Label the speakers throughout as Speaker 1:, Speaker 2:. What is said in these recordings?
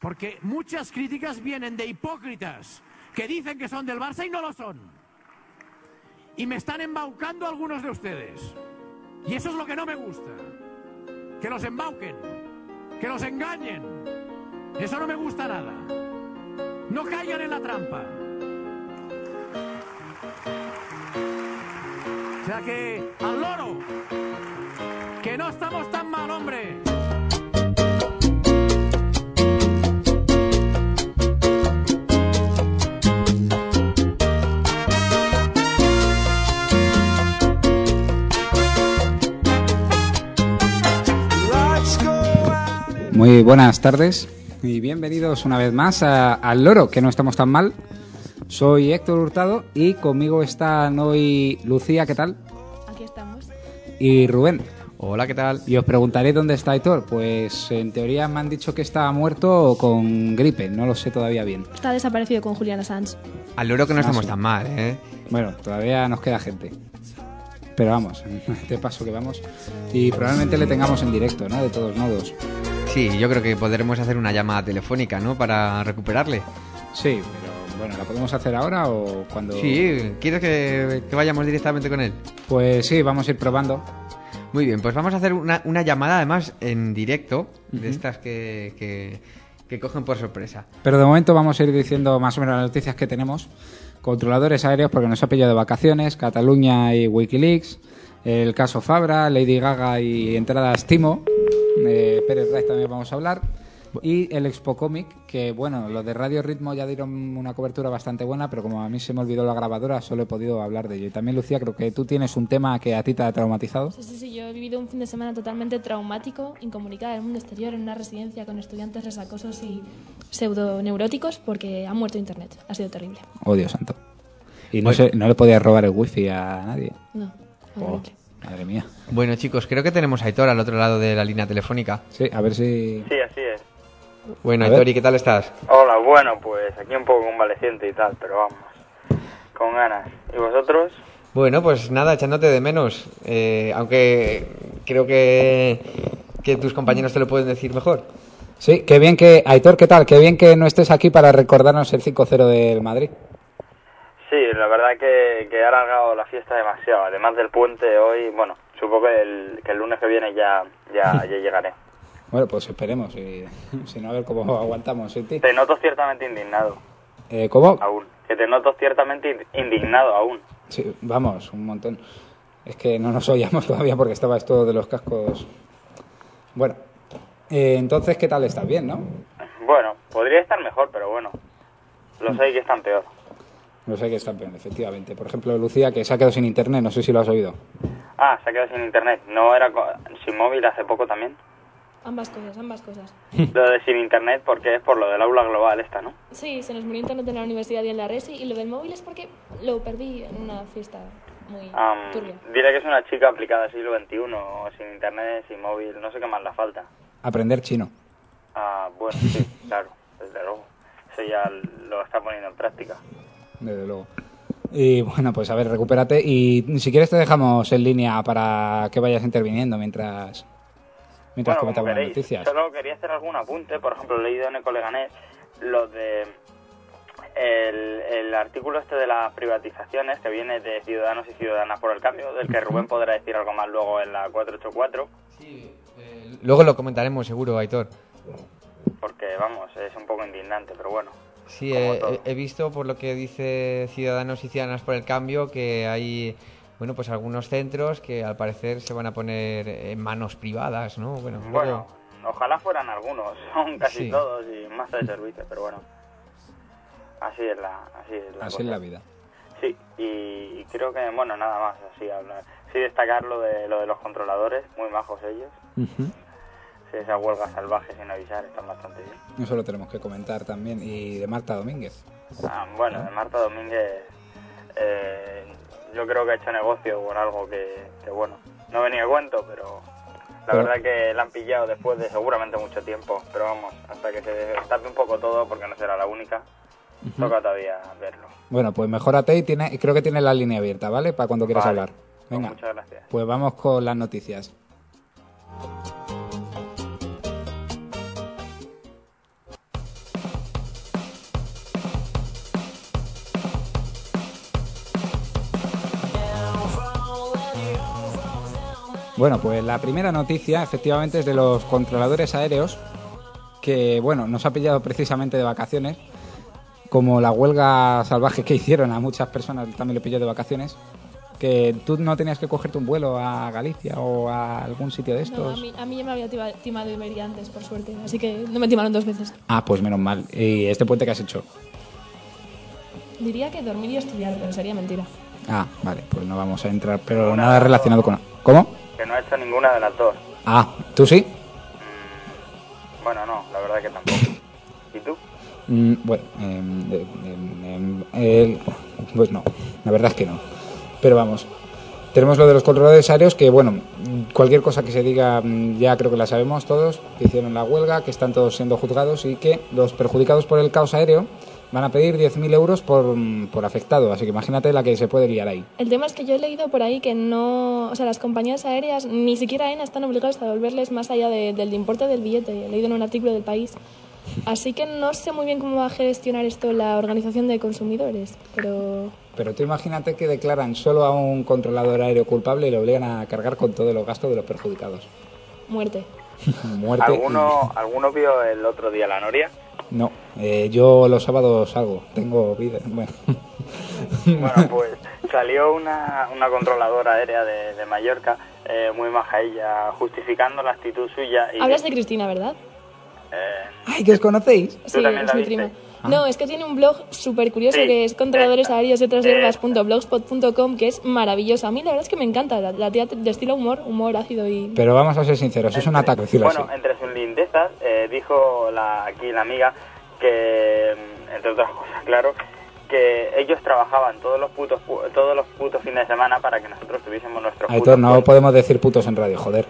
Speaker 1: Porque muchas críticas vienen de hipócritas que dicen que son del Barça y no lo son. Y me están embaucando algunos de ustedes. Y eso es lo que no me gusta. Que los embauquen, que los engañen. Eso no me gusta nada. No caigan en la trampa. O sea que al loro, que no estamos tan mal, hombre.
Speaker 2: Muy buenas tardes y bienvenidos una vez más a- al Loro, que no estamos tan mal. Soy Héctor Hurtado y conmigo están hoy Lucía, ¿qué tal?
Speaker 3: Aquí estamos.
Speaker 2: Y Rubén.
Speaker 4: Hola, ¿qué tal?
Speaker 2: Y os preguntaréis dónde está Héctor. Pues en teoría me han dicho que está muerto o con gripe, no lo sé todavía bien.
Speaker 3: Está desaparecido con Juliana Sanz.
Speaker 4: Al loro que no
Speaker 2: Ah,
Speaker 4: estamos
Speaker 2: sí.
Speaker 4: tan mal, ¿eh?
Speaker 2: Bueno, todavía nos queda gente. Pero vamos, de paso que vamos. Y probablemente le tengamos en directo, ¿no? De todos modos.
Speaker 4: Sí, yo creo que podremos hacer una llamada telefónica, ¿no? Para recuperarle.
Speaker 2: Sí, pero bueno, ¿la podemos hacer ahora o cuando...?
Speaker 4: Sí, ¿quieres que, que vayamos directamente con él?
Speaker 2: Pues sí, vamos a ir probando.
Speaker 4: Muy bien, pues vamos a hacer una, una llamada además en directo, de estas que, que, que cogen por sorpresa.
Speaker 2: Pero de momento vamos a ir diciendo más o menos las noticias que tenemos. Controladores aéreos porque nos ha pillado de vacaciones, Cataluña y Wikileaks, el caso Fabra, Lady Gaga y entradas Timo, eh, Pérez Reyes también vamos a hablar, y el Expo Comic, que bueno, los de Radio Ritmo ya dieron una cobertura bastante buena, pero como a mí se me olvidó la grabadora, solo he podido hablar de ello. Y también, Lucía, creo que tú tienes un tema que a ti te ha traumatizado.
Speaker 3: Sí, sí, sí, yo he vivido un fin de semana totalmente traumático, incomunicada del mundo exterior, en una residencia con estudiantes resacosos y pseudoneuróticos porque ha muerto internet. Ha sido terrible.
Speaker 2: Oh, Dios santo. Y no, sé- no le podías robar el wifi a nadie.
Speaker 3: No,
Speaker 2: Oh,
Speaker 3: horrible.
Speaker 2: madre mía.
Speaker 4: Bueno, chicos, creo que tenemos a Aitor al otro lado de la línea telefónica.
Speaker 2: Sí, a ver si...
Speaker 5: Sí, así es.
Speaker 4: Bueno,
Speaker 2: A
Speaker 4: Aitor,
Speaker 2: ver.
Speaker 4: ¿y qué tal estás?
Speaker 5: Hola, bueno, pues aquí un poco convaleciente y tal, pero vamos, con ganas. ¿Y vosotros?
Speaker 4: Bueno, pues nada, echándote de menos. eh, aunque creo que, que tus compañeros te lo pueden decir mejor.
Speaker 2: Sí, qué bien que. Aitor, ¿qué tal? Qué bien que no estés aquí para recordarnos el 5-0 del Madrid.
Speaker 5: Sí, la verdad que, que he alargado la fiesta demasiado. Además del puente hoy, bueno, supongo que el, que el lunes que viene ya, ya, ya llegaré.
Speaker 2: Bueno, pues esperemos. y- si no, a ver cómo aguantamos sin ti.
Speaker 5: Te noto ciertamente indignado,
Speaker 2: Eh, ¿Cómo?
Speaker 5: aún. Que te noto ciertamente in- indignado aún.
Speaker 2: Sí, vamos, un montón. Es que no nos oíamos todavía porque estaba esto de los cascos. Bueno, eh, entonces, ¿qué tal? ¿Estás bien, no?
Speaker 5: Bueno, podría estar mejor, pero bueno, los hay que están peor.
Speaker 2: No sé qué está bien, efectivamente. Por ejemplo, Lucía, que se ha quedado sin internet, no sé si lo has oído.
Speaker 5: Ah, se ha quedado sin internet. ¿No era co- sin móvil hace poco también?
Speaker 3: Ambas cosas, ambas cosas.
Speaker 5: Lo de sin internet porque es por lo del aula global esta, ¿no?
Speaker 3: Sí, se nos murió internet en la universidad y en la resi y lo del móvil es porque lo perdí en una fiesta muy
Speaker 5: Am,
Speaker 3: turbia.
Speaker 5: diré que es una chica aplicada al siglo XXI, o sin internet, sin móvil, no sé qué más la falta.
Speaker 2: Aprender chino.
Speaker 5: Ah, bueno, sí, claro, desde luego. Eso ya lo está poniendo en práctica.
Speaker 2: Desde luego. Y bueno, pues a ver, recupérate. Y si quieres te dejamos en línea para que vayas interviniendo mientras, mientras
Speaker 5: Bueno, como
Speaker 2: comentamos las
Speaker 5: queréis.
Speaker 2: noticias.
Speaker 5: Solo quería hacer algún apunte, por ejemplo, he leído en Ecoleganés lo de el, el artículo este de las privatizaciones que viene de Ciudadanos y Ciudadanas por el Cambio, del que Rubén podrá decir algo más luego en la 484.
Speaker 4: Luego lo comentaremos seguro, Aitor.
Speaker 5: porque vamos, es un poco indignante, pero bueno.
Speaker 4: Sí,
Speaker 5: como
Speaker 4: eh,
Speaker 5: todo.
Speaker 4: he, he visto por lo que dice Ciudadanos y Ciudadanas por el Cambio que hay, bueno, pues algunos centros que al parecer se van a poner en manos privadas, ¿no? Bueno, luego-
Speaker 5: Bueno, ojalá fueran algunos, son casi
Speaker 4: Sí.
Speaker 5: todos y más de servicio, pero bueno. Así es la, así es la,
Speaker 2: Así
Speaker 5: cosa.
Speaker 2: es la vida.
Speaker 5: Sí, y, y creo que, bueno, nada más, así hablar. Sí, destacar lo de, lo de los controladores, muy majos ellos. Sí, esa huelga salvaje sin avisar están bastante bien.
Speaker 2: Eso lo tenemos que comentar también. Y de Marta Domínguez.
Speaker 5: Ah, bueno, de Marta Domínguez eh, yo creo que ha hecho negocio con algo que, que, bueno, no venía a cuento, pero la
Speaker 2: Pero-
Speaker 5: verdad que la han pillado después de seguramente mucho tiempo. Pero vamos, hasta que se destape un poco todo, porque no será la única, toca todavía verlo.
Speaker 2: Bueno, pues mejorate y tiene, y creo que tienes la línea abierta, ¿vale? Para cuando quieras
Speaker 5: Vale.
Speaker 2: hablar.
Speaker 5: Pues
Speaker 2: Venga.
Speaker 5: muchas gracias.
Speaker 2: Pues vamos con las noticias. Bueno, pues la primera noticia efectivamente es de los controladores aéreos que, bueno, nos ha pillado precisamente de vacaciones, como la huelga salvaje que hicieron a muchas personas también le pilló de vacaciones, que tú no tenías que cogerte un vuelo a Galicia o a algún sitio de
Speaker 3: No, a,
Speaker 2: estos.
Speaker 3: mí, a mí ya me había tiba- timado Iberia antes, por suerte, así que no me timaron dos veces.
Speaker 2: Ah, pues menos mal. ¿Y este puente que has hecho?
Speaker 3: Diría que dormir y estudiar, pero sería mentira.
Speaker 2: Ah, vale, pues no vamos a entrar, pero nada relacionado con... ¿Cómo?
Speaker 5: Que no he hecho ninguna de las dos.
Speaker 2: Ah, ¿tú sí?
Speaker 5: Bueno, no, la verdad que tampoco. ¿Y tú?
Speaker 2: Mm, bueno, em, em, em, em, el- pues no, la verdad es que no. Pero vamos, tenemos lo de los controladores aéreos que, bueno, mm, cualquier cosa que se diga mm, ya creo que la sabemos todos, que hicieron la huelga, que están todos siendo juzgados y que los perjudicados por el caos aéreo van a pedir 10.000 euros por, mm, por afectado. Así que imagínate la que se puede liar ahí.
Speaker 3: El tema es que yo he leído por ahí que no, o sea, las compañías aéreas, ni siquiera ENA, están obligadas a devolverles más allá de- del importe del billete. He leído en un artículo del país. Así que no sé muy bien cómo va a gestionar esto la Organización de Consumidores, pero
Speaker 2: Pero tú imagínate que declaran solo a un controlador aéreo culpable y le obligan a cargar con todos los gastos de los perjudicados.
Speaker 3: muerte.
Speaker 2: Muerte. y-
Speaker 5: ¿Alguno, ¿Alguno vio el otro día la noria?
Speaker 2: No, eh, yo los sábados salgo, tengo vida. Bueno,
Speaker 5: Bueno, pues salió una, una controladora aérea de, de Mallorca, eh, muy maja ella, justificando la actitud suya. Y,
Speaker 3: Hablas de Cristina, ¿verdad?
Speaker 5: eh,
Speaker 2: ¡ay, que os conocéis!
Speaker 5: ¿Tú
Speaker 3: Sí,
Speaker 5: también
Speaker 3: es
Speaker 5: la
Speaker 3: mi
Speaker 5: viste?
Speaker 3: prima. No, es que tiene un blog súper curioso
Speaker 5: Sí.
Speaker 3: que es controladores aéreos y otras
Speaker 5: Eh.
Speaker 3: hierbas.blogspot.com que es maravilloso. A mí la verdad es que me encanta. La, la tía de estilo humor, humor ácido y...
Speaker 2: Pero vamos a ser sinceros, es un
Speaker 5: entre-
Speaker 2: ataque decirlo
Speaker 5: Bueno, eh,
Speaker 2: así.
Speaker 5: entre sus lindezas, eh, dijo la, aquí la amiga que, mm, entre otras cosas, claro, que ellos trabajaban todos los putos, pu- todos los putos fines de semana para que nosotros tuviésemos nuestros putos
Speaker 2: Aitor, no
Speaker 5: puentes.
Speaker 2: podemos decir putos en radio, joder.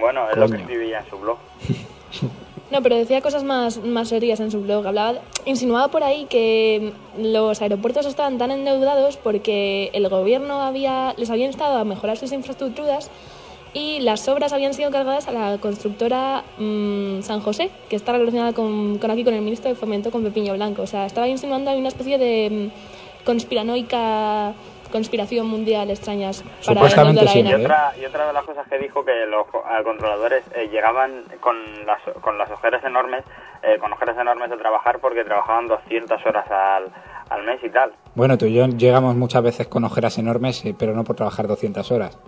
Speaker 5: Bueno, es lo que
Speaker 2: Coño.
Speaker 5: escribía en su blog.
Speaker 3: No, pero decía cosas más, más serias en su blog. Hablaba, insinuaba por ahí que los aeropuertos estaban tan endeudados porque el gobierno había, les había instado a mejorar sus infraestructuras y las obras habían sido cargadas a la constructora mm, San José, que está relacionada con, con aquí con el ministro de Fomento, con Pepiño Blanco. O sea, estaba insinuando ahí una especie de mm, conspiranoica conspiración mundial extrañas para
Speaker 2: Supuestamente
Speaker 3: endeudar a
Speaker 2: sí,
Speaker 3: Aena.
Speaker 5: Y
Speaker 2: ¿eh?
Speaker 5: otra, y otra de las cosas que dijo que los co- a controladores eh, llegaban con las, con las ojeras enormes, eh, con ojeras enormes de trabajar porque trabajaban 200 horas al, al mes y tal.
Speaker 2: Bueno, tú y yo llegamos muchas veces con ojeras enormes, eh, pero no por trabajar 200 horas.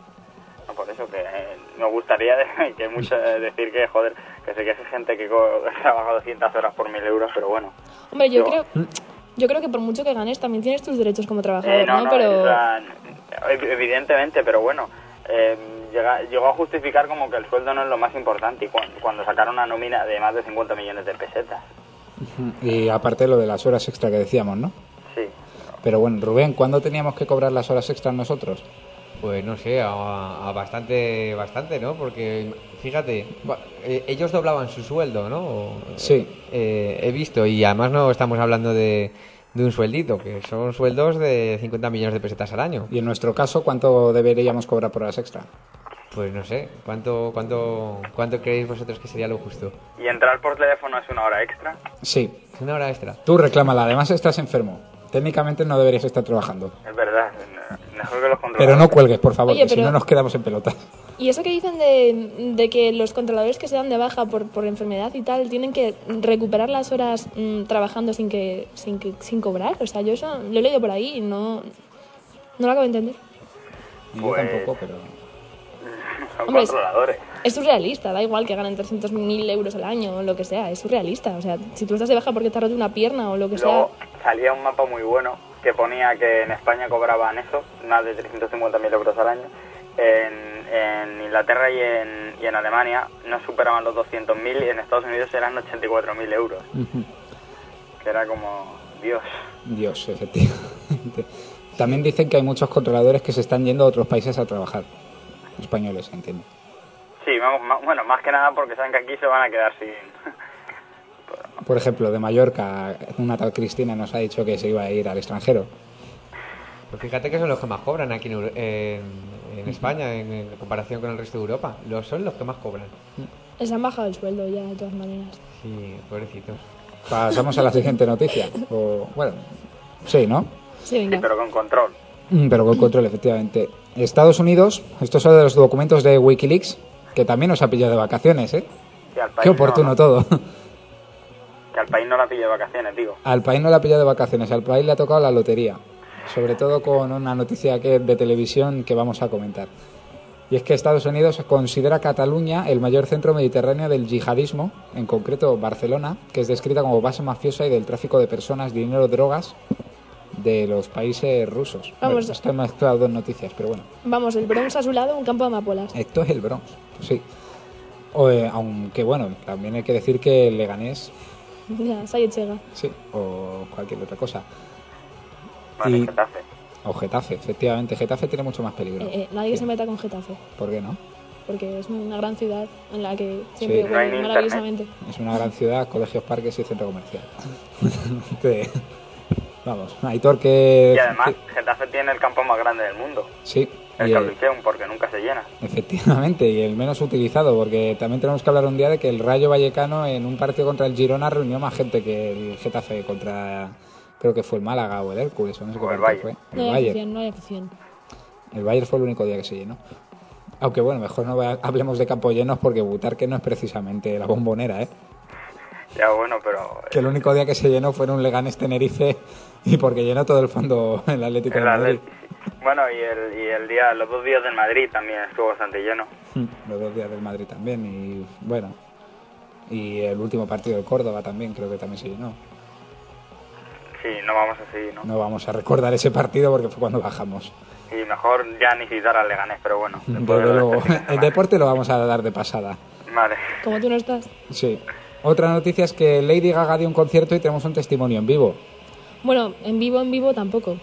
Speaker 5: No, por eso que eh, me gustaría de- que mucho, eh, decir que, joder, que sé que hay gente que co- trabaja 200 horas por 1000 euros, pero bueno.
Speaker 3: Hombre, yo,
Speaker 5: Yo-
Speaker 3: creo... Yo creo que por mucho que ganes, también tienes tus derechos como trabajador,
Speaker 5: Eh, no, no,
Speaker 3: Pero...
Speaker 5: o sea, ev- evidentemente, pero bueno, eh, llega- llegó a justificar como que el sueldo no es lo más importante y cuan- cuando sacaron una nómina de más de 50 millones de pesetas.
Speaker 2: Y aparte lo de las horas extra que decíamos, ¿no?
Speaker 5: Sí.
Speaker 2: Pero bueno, Rubén, ¿cuándo teníamos que cobrar las horas extras nosotros?
Speaker 4: Pues no sé, a, a bastante, bastante, ¿no? Porque fíjate, va- eh, ellos doblaban su sueldo, ¿no? O-
Speaker 2: Sí.
Speaker 4: eh, he visto, y además no estamos hablando de, de un sueldito, que son sueldos de 50 millones de pesetas al año.
Speaker 2: Y en nuestro caso, ¿cuánto deberíamos cobrar por horas extra?
Speaker 4: Pues no sé, ¿cuánto, cuánto, cuánto creéis vosotros que sería lo justo?
Speaker 5: ¿Y entrar por teléfono es una hora extra?
Speaker 2: Sí,
Speaker 4: ¿Es una hora extra?
Speaker 2: tú reclámala, además estás enfermo. Técnicamente no deberías estar trabajando.
Speaker 5: Es verdad, no- mejor que los controladores.
Speaker 2: Pero no cuelgues, por favor,
Speaker 3: Oye,
Speaker 2: que si
Speaker 3: pero-
Speaker 2: no nos quedamos en pelotas.
Speaker 3: Y eso que dicen de, de que los controladores que se dan de baja por, por enfermedad y tal tienen que recuperar las horas mm, trabajando sin que, sin que sin cobrar. O sea, yo eso lo he leído por ahí y no, no lo acabo de entender.
Speaker 2: Y
Speaker 5: Pues-
Speaker 2: Yo tampoco, pero...
Speaker 5: Son
Speaker 3: Hombre, es-
Speaker 5: controladores.
Speaker 3: Es surrealista, da igual que ganen 300.000 euros al año o lo que sea, es surrealista. O sea, si tú estás de baja porque te has roto una pierna o lo que sea,
Speaker 5: Luego salía un mapa muy bueno que ponía que en España cobraban eso, más de 350.000 euros al año. En, en Inglaterra y en, y en Alemania no superaban los 200.000 y en Estados Unidos eran 84.000 euros. que era como, Dios.
Speaker 2: Dios, efectivamente. También dicen que hay muchos controladores que se están yendo a otros países a trabajar. Españoles, entiendo.
Speaker 5: Sí, vamos, ma- bueno, más que nada porque saben que aquí se van a quedar sin...
Speaker 2: Por ejemplo, de Mallorca, una tal Cristina nos ha dicho que se iba a ir al extranjero.
Speaker 4: Pues fíjate que son los que más cobran aquí en, Euro- en- en España, en, en comparación con el resto de Europa. Los son los que más cobran.
Speaker 3: Les han bajado el sueldo ya, de todas maneras.
Speaker 4: Sí, pobrecitos.
Speaker 2: Pasamos a la siguiente noticia. O, bueno, sí, ¿no?
Speaker 3: Sí,
Speaker 5: Sí,
Speaker 3: venga.
Speaker 5: pero con control.
Speaker 2: Mm, Pero con control, efectivamente. Estados Unidos, estos son de los documentos de Wikileaks, que también nos ha pillado de vacaciones, ¿eh?
Speaker 5: Que al país
Speaker 2: Qué
Speaker 5: no-
Speaker 2: oportuno
Speaker 5: no-
Speaker 2: todo.
Speaker 5: Que al país no la pille de vacaciones, digo.
Speaker 2: Al país no le ha pillado de vacaciones, al país le ha tocado la lotería. Sobre todo con una noticia que de televisión que vamos a comentar. Y es que Estados Unidos considera a Cataluña el mayor centro mediterráneo del yihadismo, en concreto Barcelona, que es descrita como base mafiosa y del tráfico de personas, dinero, drogas de los países rusos.
Speaker 3: Vamos.
Speaker 2: Bueno, esto he mezclado dos noticias, pero bueno.
Speaker 3: Vamos, el Bronx a su lado, un campo de amapolas.
Speaker 2: Esto es el Bronx, sí. O, eh, aunque bueno, también hay que decir que el Leganés,
Speaker 3: Ya, Sayechega.
Speaker 2: sí, o cualquier otra cosa.
Speaker 5: Vale,
Speaker 2: Y-
Speaker 5: Getafe.
Speaker 2: O Getafe, efectivamente. Getafe tiene mucho más peligro.
Speaker 3: Eh, eh, nadie se meta con Getafe,
Speaker 2: ¿Por qué no?
Speaker 3: porque es una gran ciudad en la que
Speaker 2: Sí.
Speaker 3: siempre
Speaker 2: No
Speaker 5: hay
Speaker 3: huele
Speaker 5: ni
Speaker 3: maravillosamente.
Speaker 2: Es una gran ciudad, colegios, parques y centro comercial. Te- Vamos, Aitor que...
Speaker 5: Y además, Getafe tiene el campo más grande del mundo.
Speaker 2: Sí,
Speaker 5: El
Speaker 2: y, eh,
Speaker 5: Coliseum, porque nunca se llena.
Speaker 2: efectivamente, y el menos utilizado, porque también tenemos que hablar un día de que el Rayo Vallecano en un partido contra el Girona reunió más gente que el Getafe contra... Creo que fue el Málaga o el Hércules, o no sé
Speaker 5: O
Speaker 2: qué
Speaker 5: el
Speaker 2: partido
Speaker 5: Bayern.
Speaker 2: fue.
Speaker 3: No
Speaker 2: El
Speaker 3: hay
Speaker 2: Bayern.
Speaker 3: afición, no hay afición.
Speaker 2: El Bayern fue el único día que se llenó. Aunque bueno, mejor no va- hablemos de campos llenos porque Butarque no es precisamente la bombonera, ¿eh?
Speaker 5: Ya bueno, pero
Speaker 2: Que el único día que se llenó fue en un Leganés Tenerife y porque llenó todo el fondo el Atlético
Speaker 5: El
Speaker 2: de Madrid.
Speaker 5: Atleti, sí. Bueno, y el, y el día, los dos días del Madrid también estuvo bastante lleno.
Speaker 2: Mm. Los dos días del Madrid también y bueno. Y el último partido del Córdoba también creo que también se llenó.
Speaker 5: Sí, no vamos a seguir, ¿no?
Speaker 2: No vamos a recordar ese partido porque fue cuando bajamos.
Speaker 5: Y mejor ya ni citar al Leganés, pero bueno. después
Speaker 2: Desde
Speaker 5: de lo de
Speaker 2: luego,
Speaker 5: este fin de
Speaker 2: el
Speaker 5: semana.
Speaker 2: deporte lo vamos a dar de pasada.
Speaker 5: Vale.
Speaker 3: Como tú no estás.
Speaker 2: Sí. Otra noticia es que Lady Gaga dio un concierto y tenemos un testimonio en vivo.
Speaker 3: Bueno, en vivo, en vivo tampoco.